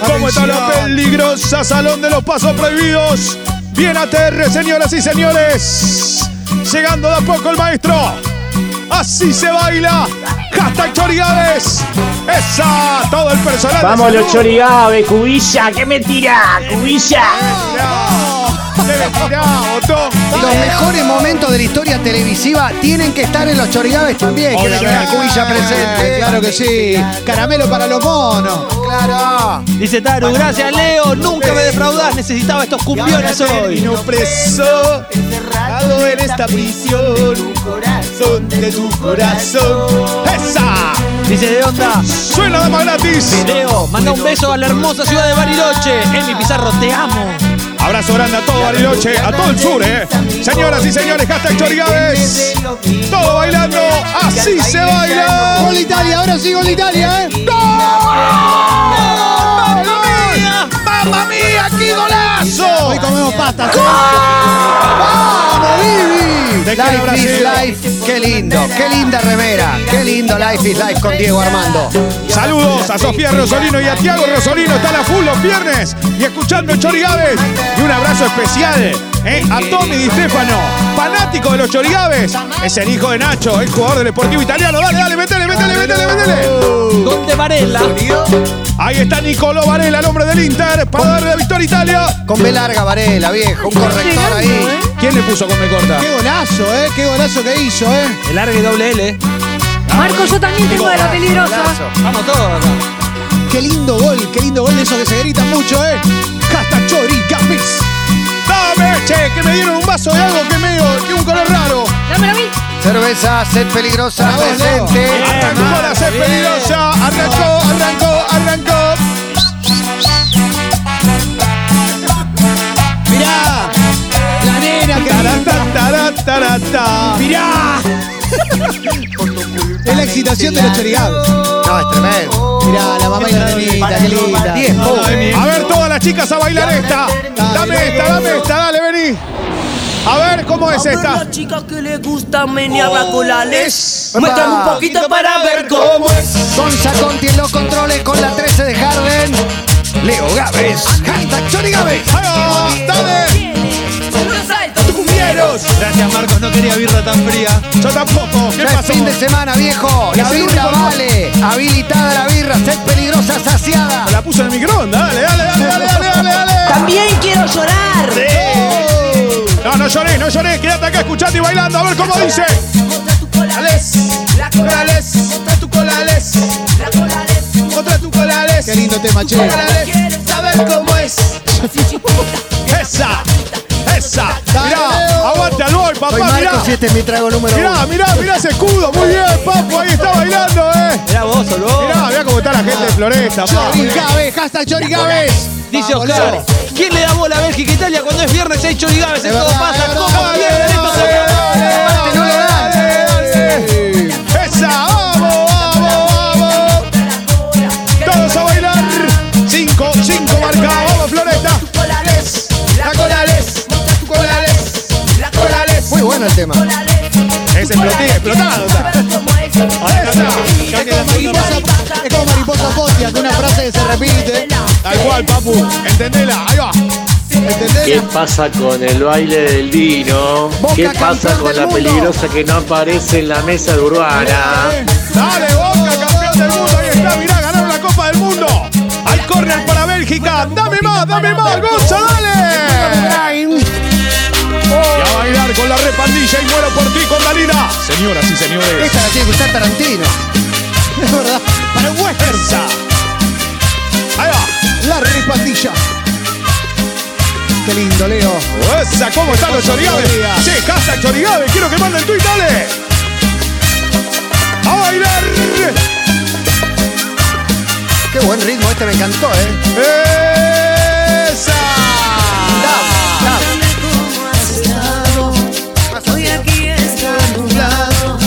[SPEAKER 7] ¿Cómo está la
[SPEAKER 3] Atención.
[SPEAKER 7] peligrosa salón de los pasos prohibidos? Bien ATR, señoras y señores. Llegando de a poco el maestro. Así se baila. Hashtag Chorigaves. Esa, todo el personal. de
[SPEAKER 10] Vamos los
[SPEAKER 7] salud.
[SPEAKER 10] chorigabe, cubilla, ¿qué me tira? Cubilla.
[SPEAKER 7] No, debe tirar, botón.
[SPEAKER 2] Los mejores momentos de la historia televisiva tienen que estar en los chorigaves también. Que
[SPEAKER 7] Obviamente.
[SPEAKER 2] tenga la cubilla presente.
[SPEAKER 3] Eh, Claro que sí. Caramelo para los monos.
[SPEAKER 2] Claro.
[SPEAKER 4] Dice Taru, gracias Leo, nunca me defraudás, necesitaba estos cumbiones hoy.
[SPEAKER 7] preso, encerrado en esta prisión. Corazón de tu corazón. ¡Esa!
[SPEAKER 4] Dice de onda,
[SPEAKER 7] Suena dama gratis.
[SPEAKER 4] Leo, manda un beso a la hermosa ciudad de Bariloche. Emi Pizarro, te amo.
[SPEAKER 7] Abrazo grande a todo Bariloche, a todo el sur, ¿eh? Señoras y señores, hashtag Chorigaves. Todo bailando, así se baila.
[SPEAKER 3] Gol Italia, ahora sí gol Italia, ¿eh?
[SPEAKER 7] ¡Mamma mía, qué golazo!
[SPEAKER 3] Hoy comemos pasta.
[SPEAKER 2] ¡Vamos, Vivi!
[SPEAKER 7] Te quiero,
[SPEAKER 2] Life is
[SPEAKER 7] Brasil.
[SPEAKER 2] Life. Qué lindo. Qué linda remera. Qué lindo Life is Life con Diego Armando.
[SPEAKER 7] Saludos a Sofía Rosolino y a Tiago Rosolino. Están a full los viernes y escuchando Chorigaves. Y un abrazo especial ¿eh? a Tommy Di Stefano, fanático de los Chorigaves. Es el hijo de Nacho, el jugador del Deportivo Italiano. Dale, dale, métele, métele, métele, métele.
[SPEAKER 4] Donde Varela,
[SPEAKER 7] Ahí está Nicolò Varela, el hombre del Inter, para darle la victoria a Italia.
[SPEAKER 2] Con B larga, Varela, viejo. Un corrector ahí.
[SPEAKER 5] ¿eh?
[SPEAKER 7] ¿Quién le puso con me corta?
[SPEAKER 3] Qué golazo, ¿eh? Qué golazo que hizo, ¿eh?
[SPEAKER 4] el largue doble L.
[SPEAKER 5] Marco, yo también tengo de la peligrosa.
[SPEAKER 4] Vamos todos acá.
[SPEAKER 3] Qué lindo gol, qué lindo gol de esos que se gritan mucho, ¿eh? Hasta Chori Gapis.
[SPEAKER 7] Dame, che, que me dieron un vaso de algo que medio, que un color raro.
[SPEAKER 5] Dámelo a mí.
[SPEAKER 2] Cerveza, sed peligrosa,
[SPEAKER 3] Bravo, Leo.
[SPEAKER 2] presente. Ah,
[SPEAKER 7] Arrancó la sed peligrosa, arrancó, arrancó, arrancó.
[SPEAKER 3] Mirá, la nena que
[SPEAKER 7] Taratataratata.
[SPEAKER 3] Mirá. es la excitación de los chorigaves.
[SPEAKER 2] No, es tremendo.
[SPEAKER 3] Mirá, la mamá y la nenita, qué linda.
[SPEAKER 2] 10
[SPEAKER 7] A ver, todas las chicas a bailar esta. Dame esta, dame esta, dale, vení. A ver, ¿cómo es esta?
[SPEAKER 14] Las chicas que le gustan menearla con la les.
[SPEAKER 2] Epa.
[SPEAKER 14] Muéstrame un poquito para ver cómo es.
[SPEAKER 2] Gonza Conti en los controles con la 13 de Harden. Leo Gávez. Hashtag Chori Gávez.
[SPEAKER 7] Ahí va, Dale.
[SPEAKER 14] Cumbieros.
[SPEAKER 4] Gracias Marcos, no quería birra tan fría.
[SPEAKER 7] Yo tampoco. ¿Qué
[SPEAKER 2] Ya es
[SPEAKER 7] pasó?
[SPEAKER 2] fin de semana, viejo. La
[SPEAKER 7] Es el
[SPEAKER 2] birra
[SPEAKER 7] único-
[SPEAKER 2] vale. Habilitada la birra. Sed peligrosa, saciada.
[SPEAKER 7] Me Ah, la puso en el microondas. Dale, dale, dale, dale, dale, dale, dale.
[SPEAKER 14] También quiero llorar.
[SPEAKER 7] No, no lloré, no lloré. Quédate acá escuchando y bailando. A ver cómo dice.
[SPEAKER 14] Colales. La colales. Contra tu colales. La colales.
[SPEAKER 7] Contra tu colales.
[SPEAKER 3] Qué lindo tema, che.
[SPEAKER 14] ¿Quieres saber cómo es?
[SPEAKER 7] Esa. Esa. Mirá, aguante al boy,
[SPEAKER 2] Soy
[SPEAKER 7] papá. Mirá.
[SPEAKER 2] Marcos y este es mi trago número
[SPEAKER 7] Mirá,
[SPEAKER 2] uno.
[SPEAKER 7] mirá, mirá ese escudo. Muy bien, papo. Ahí está bailando, eh.
[SPEAKER 4] Mirá vos, solo.
[SPEAKER 7] Mirá, mirá cómo está la gente de Floresta, pa.
[SPEAKER 3] Chorigaves, hasta Chorigaves.
[SPEAKER 4] Dice
[SPEAKER 3] Vamos,
[SPEAKER 4] Oscar,
[SPEAKER 3] Leo.
[SPEAKER 4] ¿quién le da bola a Bélgica e Italia cuando es viernes? Hay chorigaves, en
[SPEAKER 3] Es
[SPEAKER 4] todo
[SPEAKER 3] verdad,
[SPEAKER 4] pasa.
[SPEAKER 3] es
[SPEAKER 4] ¿Cómo
[SPEAKER 3] verdad.
[SPEAKER 4] pierden estos
[SPEAKER 2] Aparte, no le dan.
[SPEAKER 7] ¡Esa! ¡Vamos, vamos, vamos! Todos a bailar. Cinco, cinco marca. Vamos, Floresta.
[SPEAKER 14] Colales.
[SPEAKER 7] La colales. Colales.
[SPEAKER 2] el tema.
[SPEAKER 7] Es explotí, explotado. está. Ahora está. Ya que la segunda parte.
[SPEAKER 3] Es como mariposa potia, que una frase que se repite.
[SPEAKER 7] Tal cual, papu. Entendela. Ahí va.
[SPEAKER 9] ¿Qué pasa con el baile del vino? ¿Qué pasa con la peligrosa que no aparece en la mesa de urbana?
[SPEAKER 7] Dale, Boca, campeón del mundo. Ahí está, mirá, ganaron la Copa del Mundo. Al córner para Bélgica. Dame más, dame más, Gonza, dale. Y a bailar con la repandilla y muero por ti con Dalina. Señoras y señores.
[SPEAKER 2] Esta la tiene que usar Tarantino.
[SPEAKER 3] Es verdad.
[SPEAKER 7] Para un western. Ahí va.
[SPEAKER 3] La repandilla. Qué lindo, Leo.
[SPEAKER 7] Esa, ¿cómo están los chorigaves? Che, casa chorigabe, quiero que manden tuit, dale. A bailar.
[SPEAKER 2] Qué buen ritmo, este me encantó, ¿eh?
[SPEAKER 7] Esa.
[SPEAKER 14] Hoy aquí está nublado.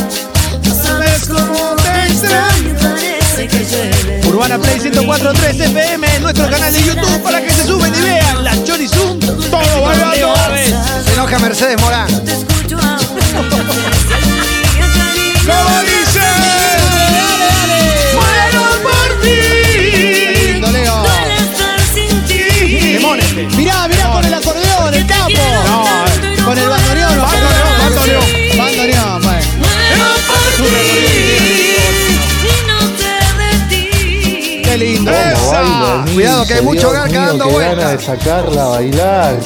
[SPEAKER 14] No sabes cómo te extraño, parece que llueve.
[SPEAKER 4] Urbana Play 104.3 FM, nuestro canal de YouTube para que se suben y vean la Chorizum.
[SPEAKER 7] Todo bailando.
[SPEAKER 2] Se enoja Mercedes Morán.
[SPEAKER 7] ¿Cómo dice? Muero por ti.
[SPEAKER 3] Lindo, Leo.
[SPEAKER 7] Demón este.
[SPEAKER 3] Mirá, mirá con el acordeón, el capo.
[SPEAKER 7] No, eh.
[SPEAKER 3] Con el bandoneón. lo
[SPEAKER 7] Bandoneón,
[SPEAKER 3] bandoneón.
[SPEAKER 7] bandoneón.
[SPEAKER 3] Bandoneón, vale. Qué lindo. Eh,
[SPEAKER 7] Esa.
[SPEAKER 2] Cuidado, que hay mucho garca dando
[SPEAKER 17] gana de
[SPEAKER 2] vueltas.
[SPEAKER 17] sacarla a bailar.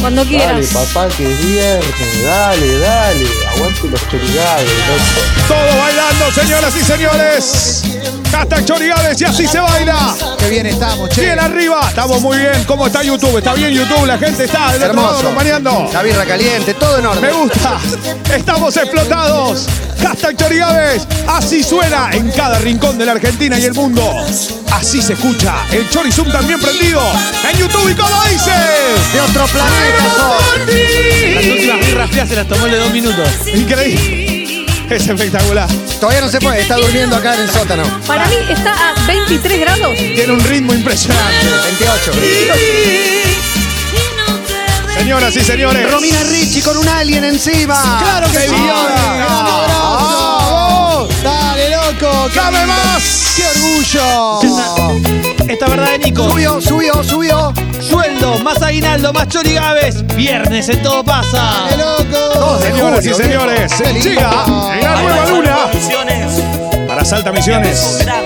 [SPEAKER 5] Cuando
[SPEAKER 17] Dale,
[SPEAKER 5] quieras.
[SPEAKER 17] papá, que es viernes. Dale, dale. Aguante los chorigales, loco.
[SPEAKER 7] Todo bailando, señoras y señores. Hashtag Chorigaves y así se baila.
[SPEAKER 3] Qué bien estamos, che.
[SPEAKER 7] Bien arriba, estamos muy bien. ¿Cómo está YouTube? ¿Está bien YouTube? La gente está del otro lado
[SPEAKER 2] Hermoso.
[SPEAKER 7] acompañando.
[SPEAKER 2] La birra caliente, todo en
[SPEAKER 7] Me
[SPEAKER 2] orden.
[SPEAKER 7] gusta. Estamos explotados. Hashtag Chorigaves. Así suena en cada rincón de la Argentina y el mundo. Así se escucha. El Chorizum también prendido en YouTube. ¿Y cómo dice?
[SPEAKER 2] De otro planeta soy.
[SPEAKER 4] Las últimas birras frías se las tomó el de dos minutos.
[SPEAKER 7] Increíble. Es espectacular.
[SPEAKER 2] Todavía no se puede, está durmiendo acá en el sótano.
[SPEAKER 5] Para mí está a 23 grados.
[SPEAKER 7] Tiene un ritmo impresionante.
[SPEAKER 2] 28.
[SPEAKER 7] Señoras y señores.
[SPEAKER 2] Romina Ricci con un alien encima.
[SPEAKER 3] Claro que sí.
[SPEAKER 7] Ah, ¡Vamos!
[SPEAKER 3] Dale, loco. Qué
[SPEAKER 7] ¡Dame
[SPEAKER 3] lindo.
[SPEAKER 7] más!
[SPEAKER 3] Qué orgullo.
[SPEAKER 4] Esta verdad de Nico.
[SPEAKER 2] Subió, subió, subió.
[SPEAKER 4] Sueldo, más aguinaldo, más chorigaves. Viernes en todo pasa.
[SPEAKER 3] Qué loco.
[SPEAKER 7] Señoras y señores,
[SPEAKER 3] Qué lindo.
[SPEAKER 7] llega la nueva luna para Salta Misiones.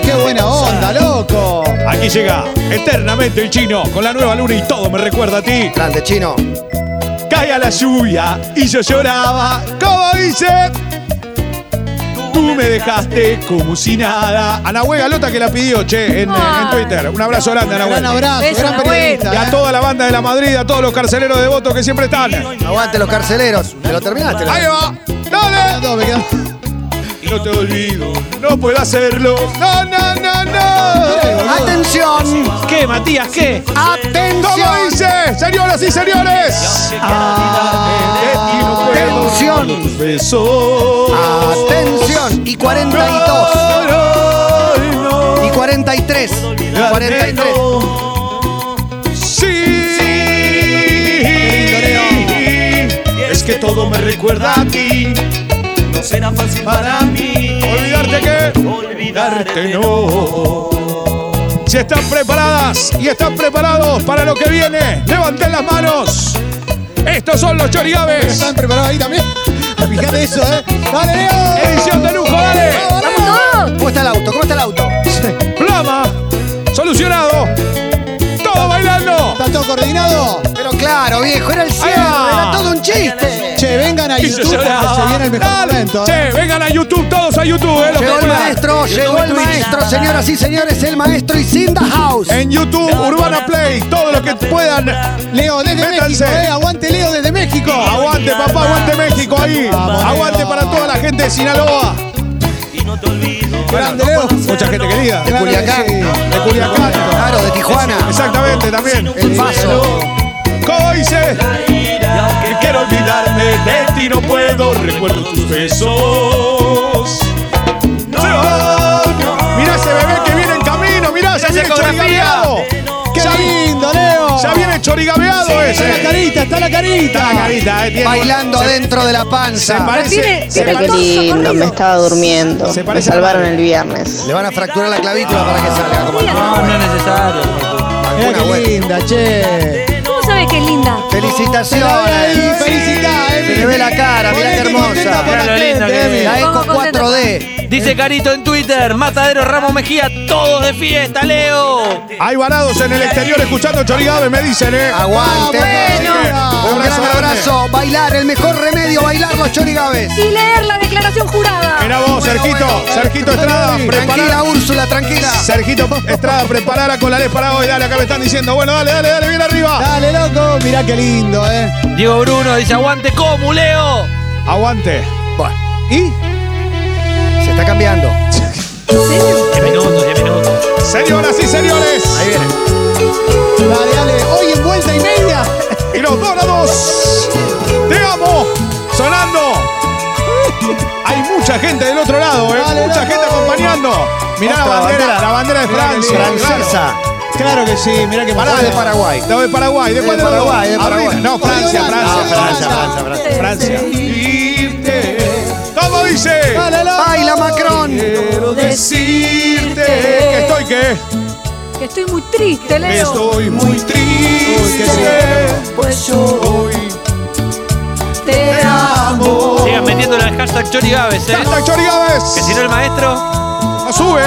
[SPEAKER 3] Qué buena onda, loco.
[SPEAKER 7] Aquí llega eternamente el chino con la nueva luna y todo me recuerda a ti.
[SPEAKER 2] Grande chino.
[SPEAKER 7] Caía la lluvia y yo lloraba. ¿Cómo dice? Tú me dejaste como si nada. Anahue Galota que la pidió, che, en, en Twitter. Un abrazo grande,
[SPEAKER 3] Ah. Gran
[SPEAKER 7] Anahue.
[SPEAKER 3] abrazo,
[SPEAKER 5] Beso,
[SPEAKER 3] gran
[SPEAKER 5] Nahuel.
[SPEAKER 3] periodista.
[SPEAKER 7] Y a
[SPEAKER 3] eh.
[SPEAKER 7] toda la banda de la Madrid, a todos los carceleros de voto que siempre están. Ahí
[SPEAKER 2] Aguante los carceleros. ¿Te lo terminaste? ¿no?
[SPEAKER 7] va. ¡Dale!
[SPEAKER 3] No, me quedo-
[SPEAKER 7] No te olvido, no puedo hacerlo. No, no, no, no.
[SPEAKER 2] ¡Atención!
[SPEAKER 4] ¿Qué, Matías? ¿Qué?
[SPEAKER 7] ¿Cómo
[SPEAKER 2] ¡Atención!
[SPEAKER 7] dice, señoras y señores?
[SPEAKER 2] Atención.
[SPEAKER 7] Beso.
[SPEAKER 2] ¡Atención! Y 42. Y 43. 43.
[SPEAKER 7] Sí. Es que todo me recuerda a ti.
[SPEAKER 1] No será fácil para mí.
[SPEAKER 7] Olvidarte que.
[SPEAKER 1] Olvidarte
[SPEAKER 7] no. Si están preparadas y están preparados para lo que viene, levanten las manos. Estos son los chorigaves.
[SPEAKER 3] ¿Están preparados ahí también? Fíjate eso, ¿eh? ¡Dale, Leo!
[SPEAKER 7] Edición de lujo, dale.
[SPEAKER 5] ¡Vamos
[SPEAKER 2] ¿Cómo está el auto? ¿Cómo está el auto?
[SPEAKER 7] Plama. Solucionado. Todo bailando.
[SPEAKER 3] ¿Está todo coordinado?
[SPEAKER 2] Pero claro, viejo, era el cierre,
[SPEAKER 7] va.
[SPEAKER 2] era todo un chiste.
[SPEAKER 3] Che, vengan a
[SPEAKER 7] Y yo
[SPEAKER 3] YouTube porque
[SPEAKER 7] lloraba.
[SPEAKER 3] se viene el mejor
[SPEAKER 7] Dale.
[SPEAKER 3] momento. ¿eh?
[SPEAKER 7] Che, vengan a YouTube, todos a YouTube, eh, los
[SPEAKER 2] Llegó el
[SPEAKER 7] populares.
[SPEAKER 2] maestro, llegó el maestro, señoras y señores, el maestro y Cinda House.
[SPEAKER 7] En YouTube, Urbana Play, todo lo que puedan.
[SPEAKER 3] Leo desde
[SPEAKER 7] Métanse.
[SPEAKER 3] México, eh. Aguante Leo desde México.
[SPEAKER 7] Aguante, papá, aguante México ahí.
[SPEAKER 3] Vamos,
[SPEAKER 7] Aguante
[SPEAKER 3] Leo.
[SPEAKER 7] para toda la gente de Sinaloa.
[SPEAKER 3] Grande Leo.
[SPEAKER 7] Mucha gente querida.
[SPEAKER 3] Claro que
[SPEAKER 2] Culiacán.
[SPEAKER 3] sí.
[SPEAKER 7] De Culiacán.
[SPEAKER 2] Claro, de Tijuana.
[SPEAKER 7] Exactamente, también.
[SPEAKER 2] El paso.
[SPEAKER 7] ¿Cómo dice? Que quiero olvidarme de ti, no puedo. Recuerdo tus besos. No, Mirá ese bebé que viene en camino, mirá,
[SPEAKER 4] Esa
[SPEAKER 7] ya viene
[SPEAKER 4] ecografía.
[SPEAKER 7] chorigaleado.
[SPEAKER 3] ¡Qué lindo, Leo!
[SPEAKER 7] Ya viene chorigabeado ese.
[SPEAKER 26] Está la carita, está la carita.
[SPEAKER 7] Está la carita, eh, tiene-
[SPEAKER 2] Bailando
[SPEAKER 7] se-
[SPEAKER 2] dentro de la panza.
[SPEAKER 7] Se parece-
[SPEAKER 2] Tiene-
[SPEAKER 7] se
[SPEAKER 27] Mira qué
[SPEAKER 7] parece-
[SPEAKER 27] lindo, me estaba durmiendo.
[SPEAKER 2] Se
[SPEAKER 27] Me
[SPEAKER 2] parece a la
[SPEAKER 27] salvaron
[SPEAKER 2] madre.
[SPEAKER 27] el viernes.
[SPEAKER 2] Le van a fracturar la clavícula para que salga como el
[SPEAKER 26] No, no es necesario.
[SPEAKER 2] Alguna vuelta.
[SPEAKER 3] linda, che.
[SPEAKER 5] ¿Cómo sabes que es linda?
[SPEAKER 2] Felicitaciones.
[SPEAKER 26] Felicitá,
[SPEAKER 2] Se le ve la cara, mirá qué hermosa. La Eco 4D.
[SPEAKER 26] Dice Carito en Twitter, Matadero Ramos Mejía, todos de fiesta, Leo.
[SPEAKER 7] Hay varados en el exterior escuchando Chorigabe, me dicen, eh.
[SPEAKER 2] Aguante.
[SPEAKER 7] Bueno.
[SPEAKER 2] Ah, Un gran abrazo. Bailar, el mejor remedio, bailar los chorigabes.
[SPEAKER 5] Y leer la declaración jurada.
[SPEAKER 7] Mirá vos, Sergito, Sergito Estrada,
[SPEAKER 2] Tranquila,
[SPEAKER 7] preparada.
[SPEAKER 2] Úrsula, tranquila.
[SPEAKER 7] Sergito Estrada, preparada con la ley para hoy. Dale, acá me están diciendo. Bueno, dale, dale, dale, bien arriba.
[SPEAKER 3] Dale, loco, mirá qué lindo, eh.
[SPEAKER 26] Diego Bruno dice, aguante como, Leo.
[SPEAKER 7] Aguante.
[SPEAKER 2] Bueno,
[SPEAKER 3] ¿Y?
[SPEAKER 2] se está cambiando.
[SPEAKER 26] 10 minutos, 10 minutos.
[SPEAKER 7] Señoras y señores,
[SPEAKER 2] Ahí viene.
[SPEAKER 3] Dale, dale. Hoy en vuelta y media.
[SPEAKER 7] y los dorados, te amo, sonando. Hay mucha gente del otro lado, eh.
[SPEAKER 3] Dale,
[SPEAKER 7] mucha
[SPEAKER 3] loco.
[SPEAKER 7] gente acompañando. Mirá la
[SPEAKER 2] Otra
[SPEAKER 7] bandera,
[SPEAKER 2] bandera.
[SPEAKER 7] la bandera de
[SPEAKER 2] Mirá qué
[SPEAKER 7] Francia.
[SPEAKER 2] lindo. Francesa.
[SPEAKER 3] Claro que sí, mirá qué
[SPEAKER 2] Pará
[SPEAKER 3] pasada.
[SPEAKER 2] de Paraguay.
[SPEAKER 7] No, de Paraguay, ¿de
[SPEAKER 2] De
[SPEAKER 7] cuál de los dos?
[SPEAKER 2] Paraguay, de
[SPEAKER 7] Argentina.
[SPEAKER 2] Paraguay.
[SPEAKER 7] No, Francia, Francia,
[SPEAKER 2] No,
[SPEAKER 7] Francia,
[SPEAKER 2] Francia, Francia, Francia.
[SPEAKER 7] Francia. ¿Cómo dice?
[SPEAKER 3] Dale, loco.
[SPEAKER 2] Baila Macron.
[SPEAKER 7] Quiero decirte que estoy que
[SPEAKER 5] Que estoy muy triste, Leo.
[SPEAKER 7] estoy muy triste. Pues yo hoy
[SPEAKER 5] Te
[SPEAKER 7] amo.
[SPEAKER 26] Sigan metiéndole al hashtag Chori Gávez, eh.
[SPEAKER 7] Hashtag Chori
[SPEAKER 26] Que si
[SPEAKER 7] Gávez.
[SPEAKER 26] no el maestro.
[SPEAKER 7] No sube.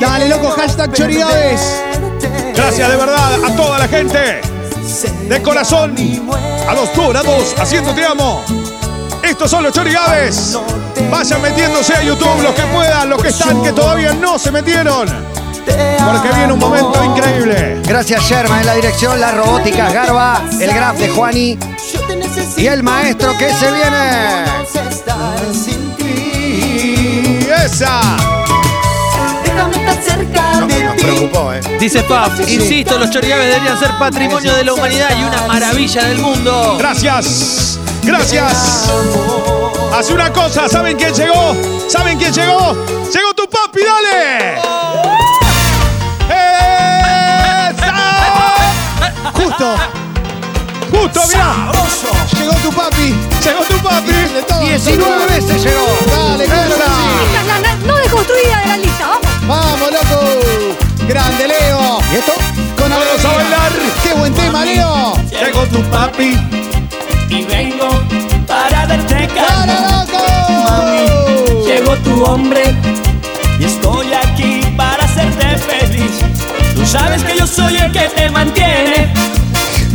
[SPEAKER 3] Dale, loco, hashtag chorigabes.
[SPEAKER 7] Gracias de verdad a toda la gente. De corazón. A los dorados haciendo te amo. Estos son los chorigaves. Vayan metiéndose a YouTube los que puedan, los que están, que todavía no se metieron. Porque viene un momento increíble.
[SPEAKER 2] Gracias, Sherman, en la dirección, la robótica Garba, el graf de Juani y el maestro que se viene.
[SPEAKER 7] Y esa.
[SPEAKER 2] No, nos preocupó, ¿eh?
[SPEAKER 26] Dice Paf, insisto, los Chori Gávez deberían ser patrimonio de la humanidad y una maravilla del mundo.
[SPEAKER 7] Gracias, gracias. Hace una cosa, ¿saben quién llegó? ¿Saben quién llegó? ¡Llegó tu papi, dale! ¡Esa!
[SPEAKER 3] Justo.
[SPEAKER 7] Justo, mirá,
[SPEAKER 3] Llegó tu papi.
[SPEAKER 7] llegó tu papi.
[SPEAKER 3] De todo.
[SPEAKER 2] 19 veces llegó.
[SPEAKER 3] Dale, claro que sí.
[SPEAKER 5] Esta es la na- no deconstruida de la lista, vamos.
[SPEAKER 3] Vamos, loco. Grande, Leo.
[SPEAKER 2] ¿Y esto?
[SPEAKER 3] Con
[SPEAKER 7] Vamos
[SPEAKER 3] alegría.
[SPEAKER 7] a bailar.
[SPEAKER 3] Qué buen tema, Leo.
[SPEAKER 7] Llegó tu papi.
[SPEAKER 10] Y vengo para darte
[SPEAKER 3] Dale,
[SPEAKER 10] calor.
[SPEAKER 3] loco.
[SPEAKER 10] Llegó tu hombre y estoy aquí para hacerte feliz. Tú sabes que yo soy el que te mantiene,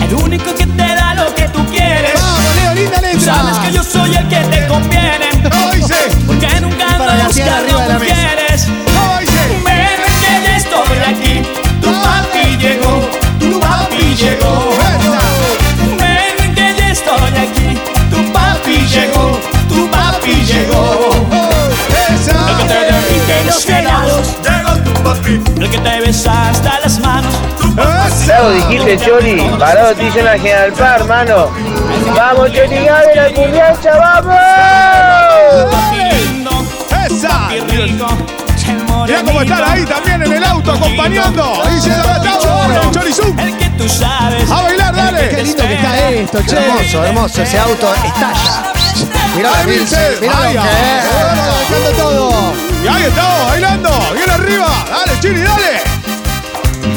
[SPEAKER 10] el único que te da lo que tú quieres.
[SPEAKER 3] Vamos, Leo, linda
[SPEAKER 10] Tú
[SPEAKER 3] letra.
[SPEAKER 10] sabes que yo soy el que te conviene,
[SPEAKER 7] ¡No hice!
[SPEAKER 10] porque nunca
[SPEAKER 3] Para
[SPEAKER 10] ando
[SPEAKER 3] la tierra
[SPEAKER 10] buscando
[SPEAKER 3] arriba de la mesa.
[SPEAKER 10] mujeres.
[SPEAKER 7] ¡No hice!
[SPEAKER 10] Ven que ya estoy aquí, tu papi llegó, tu papi llegó. Ven que ya estoy aquí, tu papi llegó, tu papi llegó. El que te derrite los helados Llegó tu papi El que te besa hasta las manos Tu papi
[SPEAKER 28] Claro, dijiste Chori, parado te hizo la General Paz, hermano. Vamos, Chori Gávez, la cumbiancha, vamos.
[SPEAKER 10] lindo
[SPEAKER 7] ¡Esa!
[SPEAKER 10] Papi rico El
[SPEAKER 7] Mirá cómo
[SPEAKER 10] morenito
[SPEAKER 7] están ahí también en el auto acompañando. Y se el chorizum.
[SPEAKER 10] El que tú sabes
[SPEAKER 7] A bailar, dale.
[SPEAKER 3] Ah, Qué lindo que está esto, che.
[SPEAKER 2] Hermoso, hermoso. Ese auto estalla. Mirá,
[SPEAKER 7] ¡Ay, Vilce!
[SPEAKER 2] Mirá lo
[SPEAKER 7] ¡Ay,
[SPEAKER 2] que
[SPEAKER 7] ay,
[SPEAKER 2] es.
[SPEAKER 7] ay!
[SPEAKER 3] Vamos, dejando todo.
[SPEAKER 7] Y ahí estamos, bailando. Bien arriba. Dale, Chini, dale.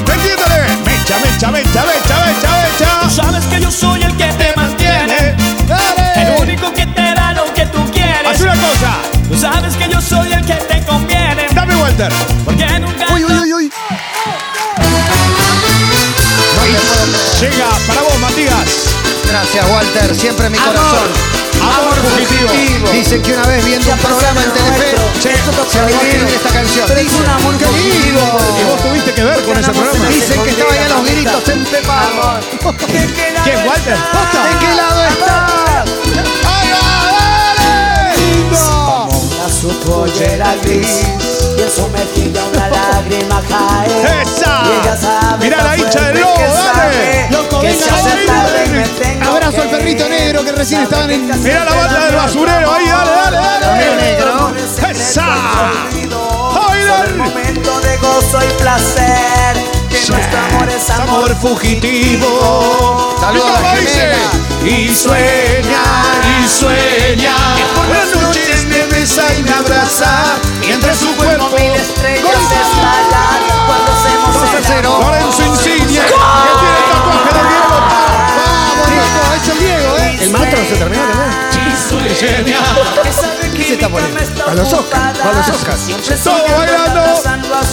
[SPEAKER 7] Metiéndole. Mecha, mecha, mecha, mecha, mecha,
[SPEAKER 10] Tú sabes que yo soy el que te mantiene
[SPEAKER 7] mecha. Dale.
[SPEAKER 10] El único que te da lo que tú
[SPEAKER 7] Haz
[SPEAKER 10] quieres
[SPEAKER 7] una cosa.
[SPEAKER 10] Tú sabes que yo soy el que te conviene
[SPEAKER 7] Dame Walter.
[SPEAKER 10] Porque nunca
[SPEAKER 2] Uy, uy, uy, uy.
[SPEAKER 7] Llega para vos, Matías.
[SPEAKER 2] Gracias, Walter. Siempre en mi corazón.
[SPEAKER 7] Amor fugitivo.
[SPEAKER 2] Dicen que una vez viendo un programa en Telefe, se abrió esta canción. Dicen, qué
[SPEAKER 7] Y vos
[SPEAKER 2] lindo.
[SPEAKER 7] tuviste que ver con ese programa.
[SPEAKER 2] Dicen que estaba ahí a los gritos en Pepa.
[SPEAKER 7] ¿Quién, Walter?
[SPEAKER 2] ¿De qué lado está?
[SPEAKER 7] ¡Ahí va, dale! ¡Esa! Mirá la hincha del lobo, dale.
[SPEAKER 3] Loco, venga, dale, dale. Abrazo al perrito negro que recién estaban en.
[SPEAKER 7] Mirá la banda del basurero ahí, dale, dale,
[SPEAKER 2] Amigo
[SPEAKER 7] dale.
[SPEAKER 2] negro.
[SPEAKER 7] ¡Esa! ¡A bailar!
[SPEAKER 1] momento de gozo y placer. Que nuestro amor
[SPEAKER 14] es amor fugitivo.
[SPEAKER 7] Saludos a las gemelas.
[SPEAKER 14] Y sueña, y sueña. Que por las noches me besa y me abraza. Mientras su cuerpo mil estrellas desbalan. Cuando hacemos el amor.
[SPEAKER 7] Lorenzo Insigne, que tiene el tatuaje del Diego. ¡Vamos, Diego! ¡Es el Diego, eh!
[SPEAKER 2] El maestro se terminó de
[SPEAKER 14] Y sueña. Que sabe que
[SPEAKER 2] Se está poniendo. A los Oscars, a los Oscars.
[SPEAKER 7] Todo bailando,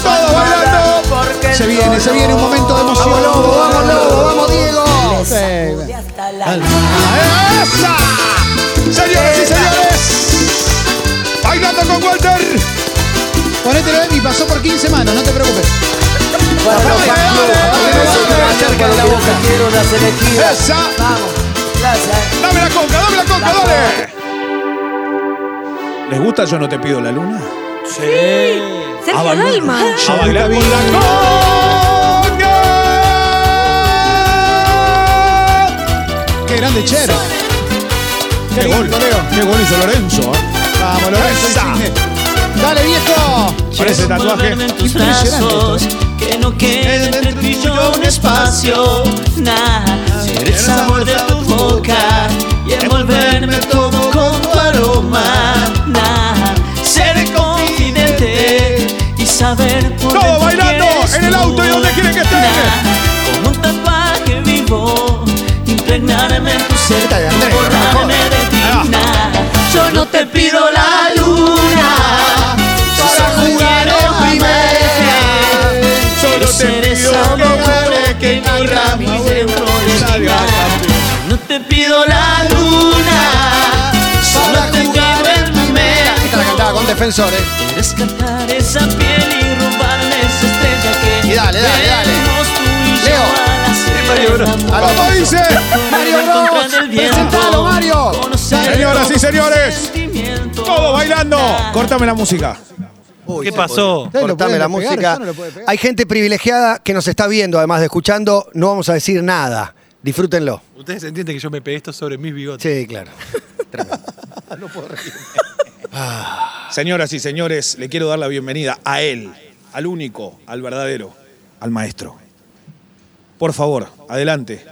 [SPEAKER 7] todo bailando.
[SPEAKER 3] Se viene, se viene un momento de emoción.
[SPEAKER 2] Vamos, Lobo, vamos, Lobo, vamos, Diego.
[SPEAKER 3] Sí.
[SPEAKER 7] ¡Esa! Señoras y señores, bailando con Walter.
[SPEAKER 3] Ponételo de mí, pasó por 15 manos, no te preocupes.
[SPEAKER 7] Esa. Dame la conca, dame la conca, dale. ¿Les gusta Yo no te pido la luna?
[SPEAKER 5] Sergio Dalma.
[SPEAKER 7] A bailar con la conga.
[SPEAKER 3] Qué grande Cher.
[SPEAKER 7] Qué gol, qué gol hizo Lorenzo. ¿eh?
[SPEAKER 3] Vamos, Lorenzo.
[SPEAKER 7] Esa.
[SPEAKER 3] Insigne. Dale, viejo.
[SPEAKER 7] Parece tatuaje.
[SPEAKER 3] Impresionante.
[SPEAKER 14] Que no quede entre tú y yo un espacio. Nada. Eres el sabor de tu boca. Y envolverme todo con tu aroma. Nada. Seré confidente. Y saber por
[SPEAKER 7] Todo
[SPEAKER 14] dentro
[SPEAKER 7] bailando
[SPEAKER 14] quién eres
[SPEAKER 7] en el auto y
[SPEAKER 14] tú.
[SPEAKER 7] donde quieren que estén.
[SPEAKER 14] Nah, Con un tatuaje vivo. Impregnarme en tu ser.
[SPEAKER 2] Esta de Andrés,
[SPEAKER 14] Borrarme
[SPEAKER 2] mejor.
[SPEAKER 14] de ti.
[SPEAKER 7] Ah.
[SPEAKER 14] Nah, Yo no te pido la luna. Para jugar en primera
[SPEAKER 7] Solo
[SPEAKER 14] Solo
[SPEAKER 7] te
[SPEAKER 14] ser
[SPEAKER 7] pido
[SPEAKER 14] esa
[SPEAKER 7] que
[SPEAKER 14] mujer que mi Ramírez de flores
[SPEAKER 7] salga
[SPEAKER 14] llena.
[SPEAKER 7] campeón.
[SPEAKER 14] No te pido la luna Solo te jugar en primera
[SPEAKER 2] Esta la cantaba con eh. defensores.
[SPEAKER 14] Quieres cantar esa piel y robarme esa estrella que
[SPEAKER 2] Y dale, dale, dale.
[SPEAKER 14] veremos tú y yo
[SPEAKER 2] Leo.
[SPEAKER 14] al hacer el amor.
[SPEAKER 7] Como dice,
[SPEAKER 2] Mario
[SPEAKER 14] En contra
[SPEAKER 2] Ross,
[SPEAKER 14] del viento.
[SPEAKER 2] presentalo, Mario.
[SPEAKER 14] Conocer
[SPEAKER 7] señoras y
[SPEAKER 14] los
[SPEAKER 7] señores,
[SPEAKER 14] sentimientos.
[SPEAKER 7] todo bailando. Córtame la música.
[SPEAKER 2] ¿Qué pasó?
[SPEAKER 3] Ustedes lo
[SPEAKER 2] Cortame
[SPEAKER 3] pueden
[SPEAKER 2] la
[SPEAKER 3] pegar,
[SPEAKER 2] música.
[SPEAKER 3] yo no lo puedo pegar.
[SPEAKER 2] Hay gente privilegiada que nos está viendo, además de escuchando. No vamos a decir nada. Disfrútenlo.
[SPEAKER 8] Ustedes entienden que yo me pegué esto sobre mis bigotes.
[SPEAKER 2] Sí, claro.
[SPEAKER 7] Señoras y señores, le quiero dar la bienvenida a él, al único, al verdadero, al maestro. Por favor, adelante.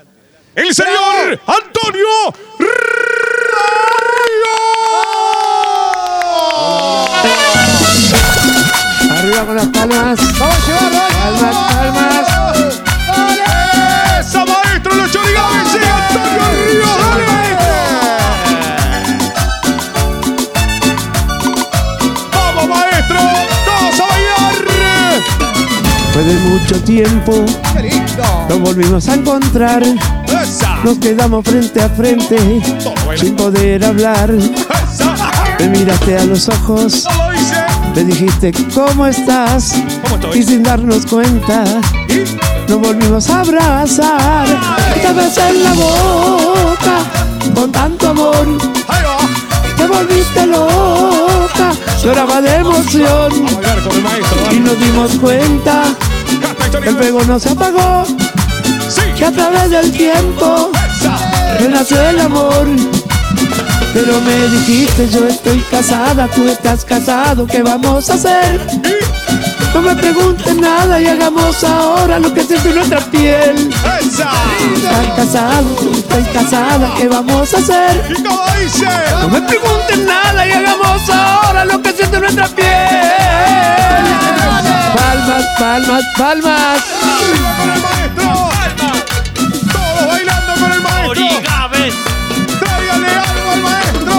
[SPEAKER 7] El señor Antonio Ríos.
[SPEAKER 10] Arriba con las palmas.
[SPEAKER 3] Vamos a llevarlo.
[SPEAKER 10] Palmas, palmas.
[SPEAKER 7] ¡Esa maestro, los chorigames! ¡Sí, Antonio Ríos! ¡Dale! ¡Vamos, maestro! ¡Todos a bailar!
[SPEAKER 10] Después de mucho tiempo
[SPEAKER 3] Qué lindo.
[SPEAKER 10] nos volvimos a encontrar.
[SPEAKER 7] ¡Esa!
[SPEAKER 10] Nos quedamos frente a frente sin poder hablar.
[SPEAKER 7] ¡Esa!
[SPEAKER 10] Me miraste a los ojos,
[SPEAKER 7] ¡Todo dice!
[SPEAKER 10] me dijiste cómo estás
[SPEAKER 7] ¿Cómo estoy?
[SPEAKER 10] y sin darnos cuenta nos volvimos a abrazar. Esta vez en la boca con tanto amor
[SPEAKER 7] ¡Ahí va!
[SPEAKER 10] te volviste loca, lloraba de emoción
[SPEAKER 7] ¡A bailar con el maestro!
[SPEAKER 10] y
[SPEAKER 7] dale.
[SPEAKER 10] nos dimos cuenta
[SPEAKER 7] ¡Canta,
[SPEAKER 10] que el
[SPEAKER 7] chorigames!
[SPEAKER 10] fuego no se apagó,
[SPEAKER 7] ¡Sí!
[SPEAKER 10] que a través del tiempo
[SPEAKER 7] ¡Esa!
[SPEAKER 10] renació el amor. Pero me dijiste yo estoy casada, tú estás casado, ¿qué vamos a hacer? No me preguntes nada y hagamos ahora lo que siente nuestra piel.
[SPEAKER 7] ¡Esa!
[SPEAKER 10] Estás casado, tú estás casada, ¿qué vamos a hacer?
[SPEAKER 7] ¡Y como dice!
[SPEAKER 10] No me preguntes nada y hagamos ahora lo que siente nuestra piel. Palmas, palmas, palmas.
[SPEAKER 7] ¡Con el maestro! ¡Todos bailando con el maestro!
[SPEAKER 29] Origames.
[SPEAKER 7] ¡Tráigale algo al maestro!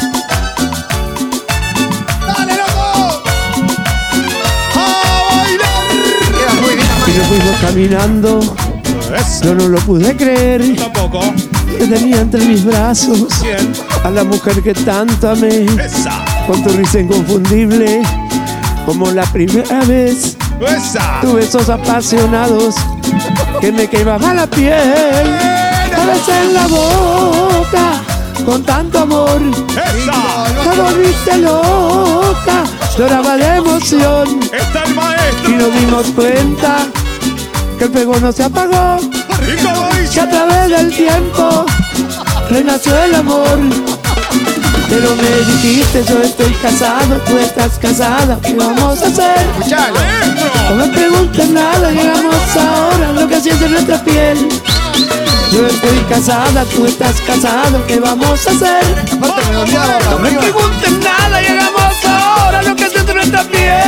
[SPEAKER 7] ¡Dale! ¡Dale, loco! ¡A bailar!
[SPEAKER 2] Queda muy bien.
[SPEAKER 10] Y nos fuimos caminando, yo no lo pude creer.
[SPEAKER 7] Tampoco.
[SPEAKER 10] Te tenía entre mis brazos
[SPEAKER 7] Bien.
[SPEAKER 10] a la mujer que tanto amé.
[SPEAKER 7] Esa.
[SPEAKER 10] Con tu risa inconfundible, como la primera vez.
[SPEAKER 7] Esa.
[SPEAKER 10] Tuve esos apasionados que me quemaba la piel. Tal vez en la boca, con tanto amor,
[SPEAKER 7] Esa.
[SPEAKER 10] te volviste loca. Lloraba de emoción
[SPEAKER 7] Está el
[SPEAKER 10] y
[SPEAKER 7] maestro.
[SPEAKER 10] nos dimos cuenta que el fuego no se apagó,
[SPEAKER 7] Y como
[SPEAKER 10] que
[SPEAKER 7] dice.
[SPEAKER 10] a través del tiempo renació el amor. Pero me dijiste yo estoy casado, tú estás casada, ¿qué vamos a hacer? No me preguntes nada, llegamos ahora, lo que siente nuestra piel. Yo estoy casada, tú estás casado, ¿qué vamos a hacer? No me preguntes nada, llegamos ahora, lo que siente nuestra piel.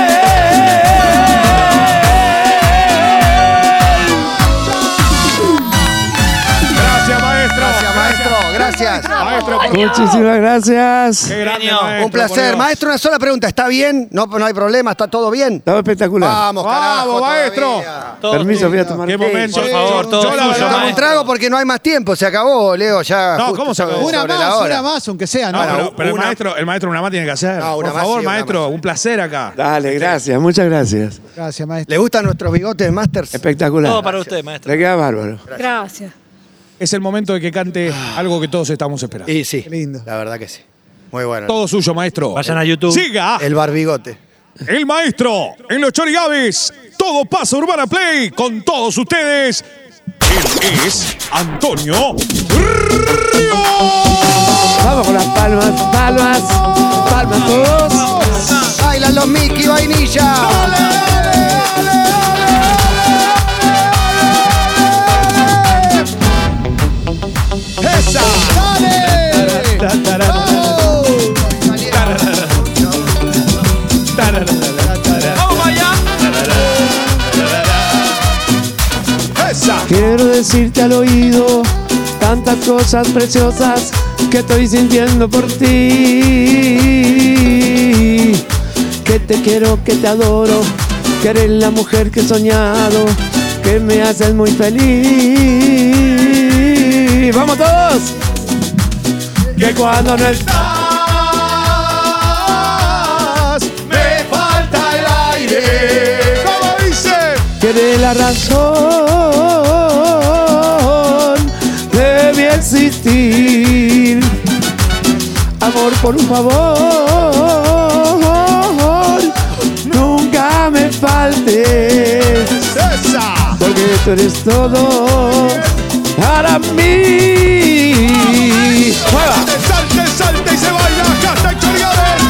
[SPEAKER 7] Gracias, maestro. Gracias,
[SPEAKER 2] maestro. Gracias. Maestro,
[SPEAKER 10] Muchísimas gracias.
[SPEAKER 2] Un placer. Maestro, una sola pregunta. ¿Está bien? No, no hay problema. ¿Está todo bien?
[SPEAKER 12] Todo espectacular.
[SPEAKER 2] Vamos, carajo.
[SPEAKER 7] Vamos, maestro.
[SPEAKER 12] Todo Permiso, voy a tomar
[SPEAKER 7] Qué
[SPEAKER 12] un té.
[SPEAKER 7] momento.
[SPEAKER 12] Por
[SPEAKER 7] favor, todo Yo la
[SPEAKER 2] Vamos,
[SPEAKER 7] verdad-
[SPEAKER 2] dame un trago porque no hay más tiempo. Se acabó, Leo. Ya
[SPEAKER 7] No,
[SPEAKER 2] justo
[SPEAKER 7] ¿cómo se acabó?
[SPEAKER 2] sobre
[SPEAKER 3] Una
[SPEAKER 2] la
[SPEAKER 3] más,
[SPEAKER 2] hora.
[SPEAKER 3] una más, aunque sea,
[SPEAKER 7] No,
[SPEAKER 3] ¿no?
[SPEAKER 7] pero, pero el,
[SPEAKER 2] una-
[SPEAKER 7] maestro, el maestro una más tiene que hacer.
[SPEAKER 2] No, una
[SPEAKER 7] Por
[SPEAKER 2] más,
[SPEAKER 7] favor,
[SPEAKER 2] sí, una
[SPEAKER 7] maestro, un placer acá.
[SPEAKER 12] Dale, gracias, muchas gracias.
[SPEAKER 3] Gracias, maestro.
[SPEAKER 2] ¿Le gustan nuestros bigotes, Masters?
[SPEAKER 12] Espectacular.
[SPEAKER 4] Todo para usted, maestro.
[SPEAKER 12] Le queda bárbaro.
[SPEAKER 5] Gracias.
[SPEAKER 7] Es el momento de que cante algo que todos estamos esperando.
[SPEAKER 2] Y sí,
[SPEAKER 3] Qué lindo.
[SPEAKER 2] la verdad que sí. Muy bueno.
[SPEAKER 7] Todo suyo, maestro.
[SPEAKER 8] Vayan a YouTube.
[SPEAKER 7] Siga
[SPEAKER 2] El barbigote.
[SPEAKER 7] el maestro en los Chorigaves. Todo pasa Urbana Play con todos ustedes. Él es Antonio
[SPEAKER 12] Vamos con las palmas.
[SPEAKER 10] Palmas, palmas todos.
[SPEAKER 2] ¡Bailan los Mickey Vainilla!
[SPEAKER 7] ¡Esa! Tarara, tarara, tarara. ¡Esa!
[SPEAKER 10] Quiero decirte al oído tantas cosas preciosas que estoy sintiendo por ti. Que te quiero, que te adoro, que eres la mujer que he soñado, que me haces muy feliz. ¡Vamos todos! Que cuando no
[SPEAKER 7] estás, me falta el aire. ¿Cómo dice?
[SPEAKER 10] Tiene la razón de mi existir. Amor, por favor, nunca me faltes,
[SPEAKER 7] ¡Esa!
[SPEAKER 10] porque tú eres todo para mí. ¡Mueva!
[SPEAKER 7] Salte, salte, salte y se baila. Hashtag Chorigaves.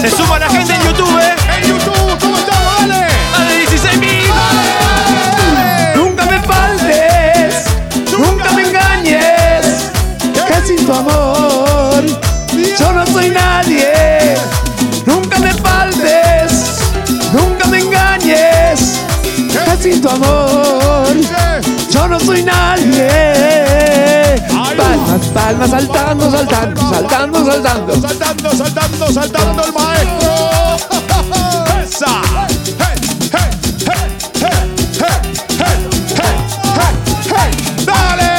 [SPEAKER 4] Se suma la gente en YouTube, ¿eh?
[SPEAKER 7] En YouTube, ¿cómo estamos? Dale.
[SPEAKER 4] Más de 16.000.
[SPEAKER 10] Nunca me faltes, nunca me engañes, que sin tu amor yo no soy nadie. Nunca me faltes, nunca me engañes, que sin tu amor yo no soy nadie. Palmas, palmas, saltando, saltando, saltando, saltando.
[SPEAKER 7] Saltando, saltando, saltando el maestro. ¡Esa! ¡Hey, hey, hey, hey, hey, hey, hey, hey, hey! ¡Dale,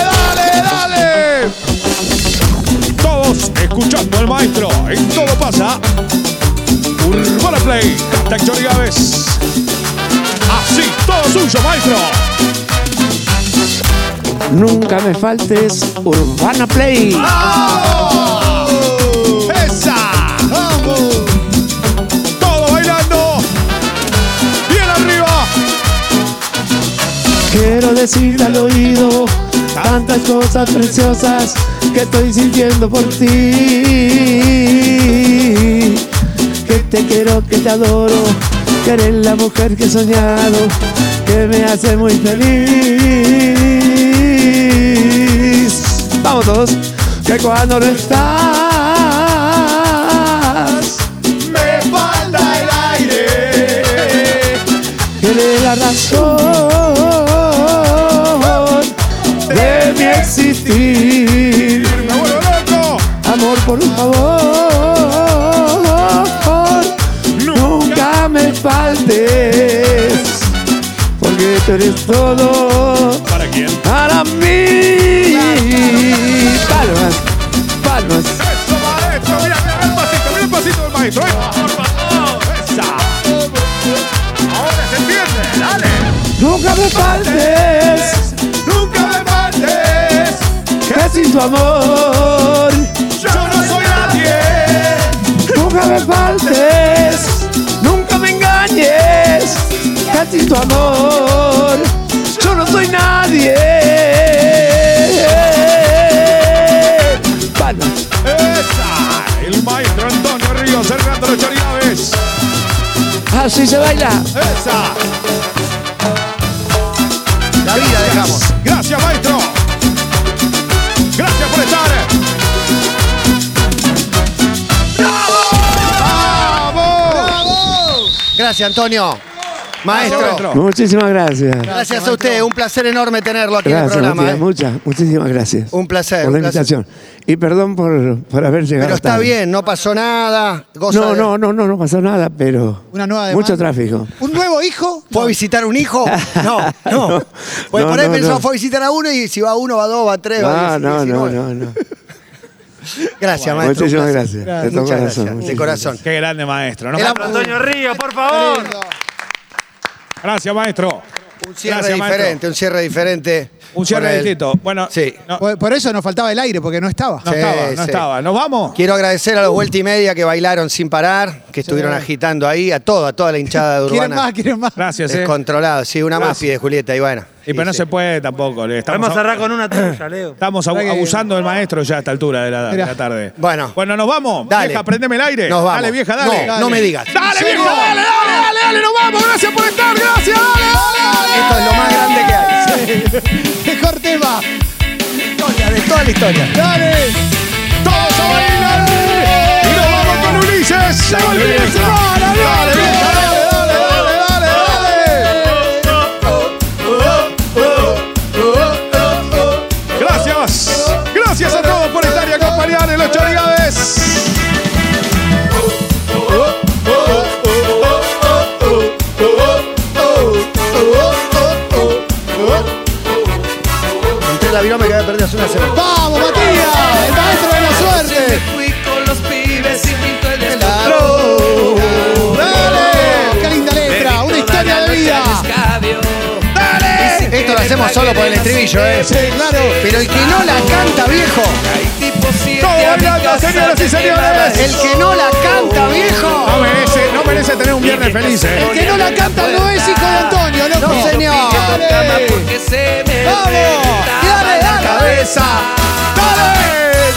[SPEAKER 7] dale, dale! Todos escuchando al maestro. En todo pasa. Urbana Play. Hashtag Johnny Gávez. Así, todo suyo, maestro.
[SPEAKER 10] Nunca me faltes, Urbana Play.
[SPEAKER 7] ¡Vamos! ¡Esa! ¡Vamos! Todo bailando. Bien arriba.
[SPEAKER 10] Quiero decirte al oído tantas cosas preciosas que estoy sintiendo por ti. Que te quiero, que te adoro, que eres la mujer que he soñado, que me hace muy feliz. Vamos todos, que cuando no estás,
[SPEAKER 7] Me falta el aire.
[SPEAKER 10] Tiene la razón de mi existir.
[SPEAKER 7] Me vuelvo loco.
[SPEAKER 10] Amor, por favor, nunca me faltes, porque tú eres todo
[SPEAKER 7] ¿Para quién?
[SPEAKER 10] para mí. Palmas, palmas.
[SPEAKER 7] Eso, maestro. Mira, mira el pasito, mira el pasito del maestro. ¿eh? Por favor. Esa. Ahora se entiende. Dale.
[SPEAKER 10] Nunca me faltes,
[SPEAKER 7] Nunca me faltes.
[SPEAKER 10] que sin tu amor
[SPEAKER 7] Yo no soy nadie.
[SPEAKER 10] Nunca me faltes, nunca me engañes, que sin tu amor yo no soy nadie. Palmas.
[SPEAKER 7] Esa. El maestro.
[SPEAKER 30] Así se baila.
[SPEAKER 7] ¡Esa!
[SPEAKER 2] La vida dejamos.
[SPEAKER 7] Gracias, maestro. Gracias por estar.
[SPEAKER 2] Gracias, Antonio. Maestro.
[SPEAKER 1] Muchísimas gracias.
[SPEAKER 2] Gracias a usted, un placer enorme tenerlo aquí en el
[SPEAKER 1] Gracias,
[SPEAKER 2] programa.
[SPEAKER 1] Matías,
[SPEAKER 2] ¿eh?
[SPEAKER 1] muchas, muchísimas gracias.
[SPEAKER 2] Un placer,
[SPEAKER 1] Por la
[SPEAKER 2] un placer.
[SPEAKER 1] invitación. Y perdón por, por haber llegado
[SPEAKER 2] Pero está
[SPEAKER 1] tarde.
[SPEAKER 2] bien, no pasó nada. goza
[SPEAKER 1] No,
[SPEAKER 2] de-
[SPEAKER 1] no, no, no, no pasó nada, pero
[SPEAKER 2] Una nueva demanda.
[SPEAKER 1] mucho tráfico.
[SPEAKER 2] ¿Un nuevo hijo? ¿Fue a visitar un hijo? No, no. Pues
[SPEAKER 1] No,
[SPEAKER 2] por ahí
[SPEAKER 1] no,
[SPEAKER 2] pensó,
[SPEAKER 1] no.
[SPEAKER 2] fue a visitar a uno y si va uno, va dos, va tres, va
[SPEAKER 1] No,
[SPEAKER 2] diez,
[SPEAKER 1] no, no,
[SPEAKER 2] diecinueve.
[SPEAKER 1] no, no.
[SPEAKER 2] Gracias,
[SPEAKER 1] Bueno,
[SPEAKER 2] maestro.
[SPEAKER 1] muchísimas
[SPEAKER 2] un placer.
[SPEAKER 1] gracias. De todo
[SPEAKER 2] Muchas
[SPEAKER 1] corazón,
[SPEAKER 2] gracias, de
[SPEAKER 1] muchísimas
[SPEAKER 2] corazón.
[SPEAKER 7] Qué grande, maestro. Nos
[SPEAKER 2] El
[SPEAKER 7] vamos.
[SPEAKER 2] aplauso.
[SPEAKER 31] Antonio Río, por favor.
[SPEAKER 7] Gracias, maestro.
[SPEAKER 2] Un cierre
[SPEAKER 7] Gracias, maestro.
[SPEAKER 2] diferente, un cierre diferente.
[SPEAKER 7] Un cierre
[SPEAKER 2] Con el-
[SPEAKER 7] distinto. Bueno,
[SPEAKER 2] Sí.
[SPEAKER 3] Por, por eso nos faltaba el aire, porque no estaba.
[SPEAKER 7] no
[SPEAKER 2] Sí,
[SPEAKER 7] estaba, no
[SPEAKER 2] sí.
[SPEAKER 7] estaba. ¿Nos vamos?
[SPEAKER 2] Quiero agradecer a los Vuelta y Media que bailaron sin parar, que estuvieron agitando ahí, a toda, toda la hinchada de urbana.
[SPEAKER 3] Quieren más, quieren más.
[SPEAKER 7] Gracias, eh.
[SPEAKER 2] Descontrolado, sí, una más
[SPEAKER 7] Gracias.
[SPEAKER 2] pide Julieta Ivana.
[SPEAKER 7] Y pero no se puede tampoco. le Estamos,
[SPEAKER 31] Vamos a cerrar con una tuya, Leo.
[SPEAKER 7] estamos abu- abusando del maestro ya a esta altura de la, de la
[SPEAKER 3] Mirá.
[SPEAKER 7] tarde.
[SPEAKER 2] Bueno,
[SPEAKER 7] Bueno, nos vamos.
[SPEAKER 2] Dale.
[SPEAKER 7] Vieja, prendeme el aire.
[SPEAKER 2] Nos vamos.
[SPEAKER 7] Dale, vieja,
[SPEAKER 2] No,
[SPEAKER 7] dale.
[SPEAKER 2] no
[SPEAKER 7] Dale.
[SPEAKER 2] me digas.
[SPEAKER 7] Dale,
[SPEAKER 2] ¿En serio?
[SPEAKER 7] vieja, dale, dale, dale, dale, nos vamos. Gracias por estar, gracias, dale, dale, dale.
[SPEAKER 2] Esto es lo más grande que hay.
[SPEAKER 3] Mejor tema.
[SPEAKER 2] Historia, de toda la historia.
[SPEAKER 3] Dale.
[SPEAKER 7] Todos a bailar. Y nos vamos con Ulises. Llegó el fin de semana. Dale, vieja, dale, dale, dale, dale, dale. Gracias. Gracias a todos por estar y acompañar en los Chorigaves.
[SPEAKER 2] Entré la viroma que había perdido hace una semana.
[SPEAKER 3] ¡Vamos, Matías! ¡El maestro de la suerte!
[SPEAKER 10] Fui con los pibes y pinto el
[SPEAKER 3] ¡Dale! ¡Qué linda letra! ¡Una historia de vida!
[SPEAKER 10] ¡Dale!
[SPEAKER 2] Esto lo hacemos solo por el estribillo, ¿eh?
[SPEAKER 3] Sí, claro.
[SPEAKER 2] Pero el que no la canta, viejo.
[SPEAKER 7] Todo bailando, señoras y señores.
[SPEAKER 2] El que no la canta, viejo.
[SPEAKER 7] No merece, no merece tener un viernes feliz, eh.
[SPEAKER 3] El que no la canta no es hijo de Antonio, loco.
[SPEAKER 2] No, señor.
[SPEAKER 3] ¡Vamos! ¡Dale, dale!
[SPEAKER 7] ¡Dale!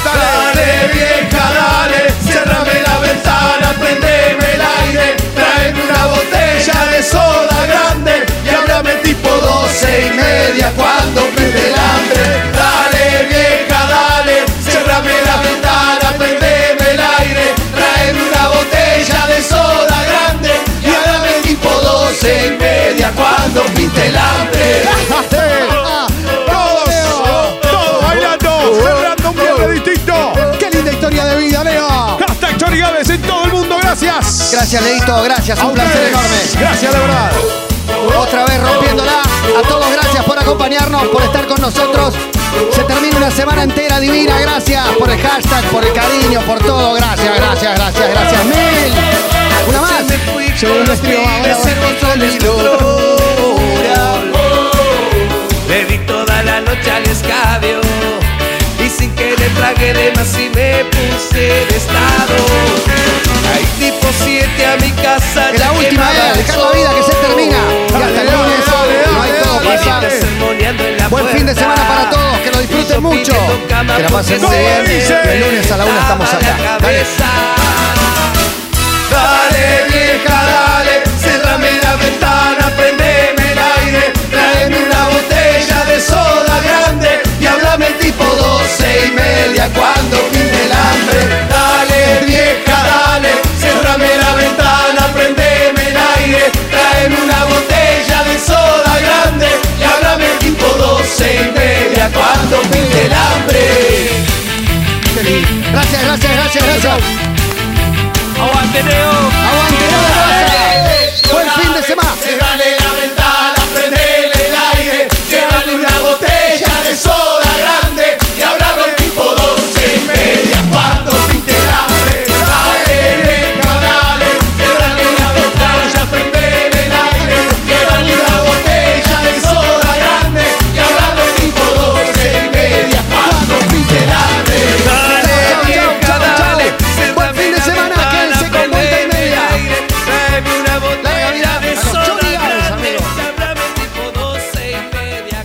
[SPEAKER 10] Dale vieja, dale, cérrame la ventana, prendeme el aire, tráeme una botella de soda grande y háblame tipo doce y media cuando me del hambre. Dale vieja, dale, cérrame la ventana, prendeme el aire, tráeme una botella de soda grande y háblame tipo doce y media cuando pinte el hambre.
[SPEAKER 7] Todos, todos bailando, celebrando un viernes distinto.
[SPEAKER 3] ¡Qué linda historia de vida, Leo!
[SPEAKER 7] Hashtag Chori Gávez en todo el mundo, gracias.
[SPEAKER 2] Gracias, Leito, gracias.
[SPEAKER 7] A
[SPEAKER 2] Un placer
[SPEAKER 7] ustedes.
[SPEAKER 2] enorme.
[SPEAKER 7] Gracias, de verdad.
[SPEAKER 2] Otra vez rompiéndola. A todos, gracias por acompañarnos, por estar con nosotros. Se termina una semana entera divina. Gracias por el hashtag, por el cariño, por todo. Gracias, gracias, gracias, gracias. Mil. Una más.
[SPEAKER 3] Llegó un estribo, ahora va.
[SPEAKER 10] Le di toda la noche al escabio y sin que le tragué de más y me puse de estado. Hay tipo 7 a mi casa.
[SPEAKER 2] Es la última, eh. Dejar la vida que se termina. Y hasta el lunes. No hay todo pasar. Buen fin de semana para todos. Que lo disfruten mucho. Que la pasen
[SPEAKER 7] ¿Cómo
[SPEAKER 2] bien.
[SPEAKER 7] dice?
[SPEAKER 2] El lunes a la una estamos acá. Dale.
[SPEAKER 10] Dale vieja, dale, cerrame la ventana, prendeme el aire, tráeme una botella de soda grande y háblame tipo doce y media cuando pinte el hambre. Dale vieja, dale, cerrame la ventana, prendeme el aire, tráeme una botella de soda grande y háblame tipo doce y media cuando pinte el hambre.
[SPEAKER 2] Gracias, gracias, gracias, gracias.
[SPEAKER 10] Aguante
[SPEAKER 2] Aguante, no, Buen fin de semana.
[SPEAKER 10] Cerrale la ventana, prendele el aire, llévale una botella de soda grande y habrá con tipo 12 y media cuando pinte el hambre. Dale, venga, dale, cierrale la ventana, prendele el aire, llévale una botella de soda grande y habrá con tipo 12 y media cuando pinte el hambre. Dale,
[SPEAKER 2] Chau, chau,
[SPEAKER 10] venga,
[SPEAKER 2] chau, chau.
[SPEAKER 10] dale,
[SPEAKER 2] Buen fin de
[SPEAKER 10] cerrame la
[SPEAKER 2] semana, quédense con
[SPEAKER 10] ventana,
[SPEAKER 2] vuelta y
[SPEAKER 10] prendele el
[SPEAKER 2] media.
[SPEAKER 10] aire, Tráeme una
[SPEAKER 2] Larga vida
[SPEAKER 10] botella de
[SPEAKER 2] a los
[SPEAKER 10] soda
[SPEAKER 2] Johnny Gales,
[SPEAKER 10] grande.
[SPEAKER 2] amigos.
[SPEAKER 10] Háblame tipo 12 y media.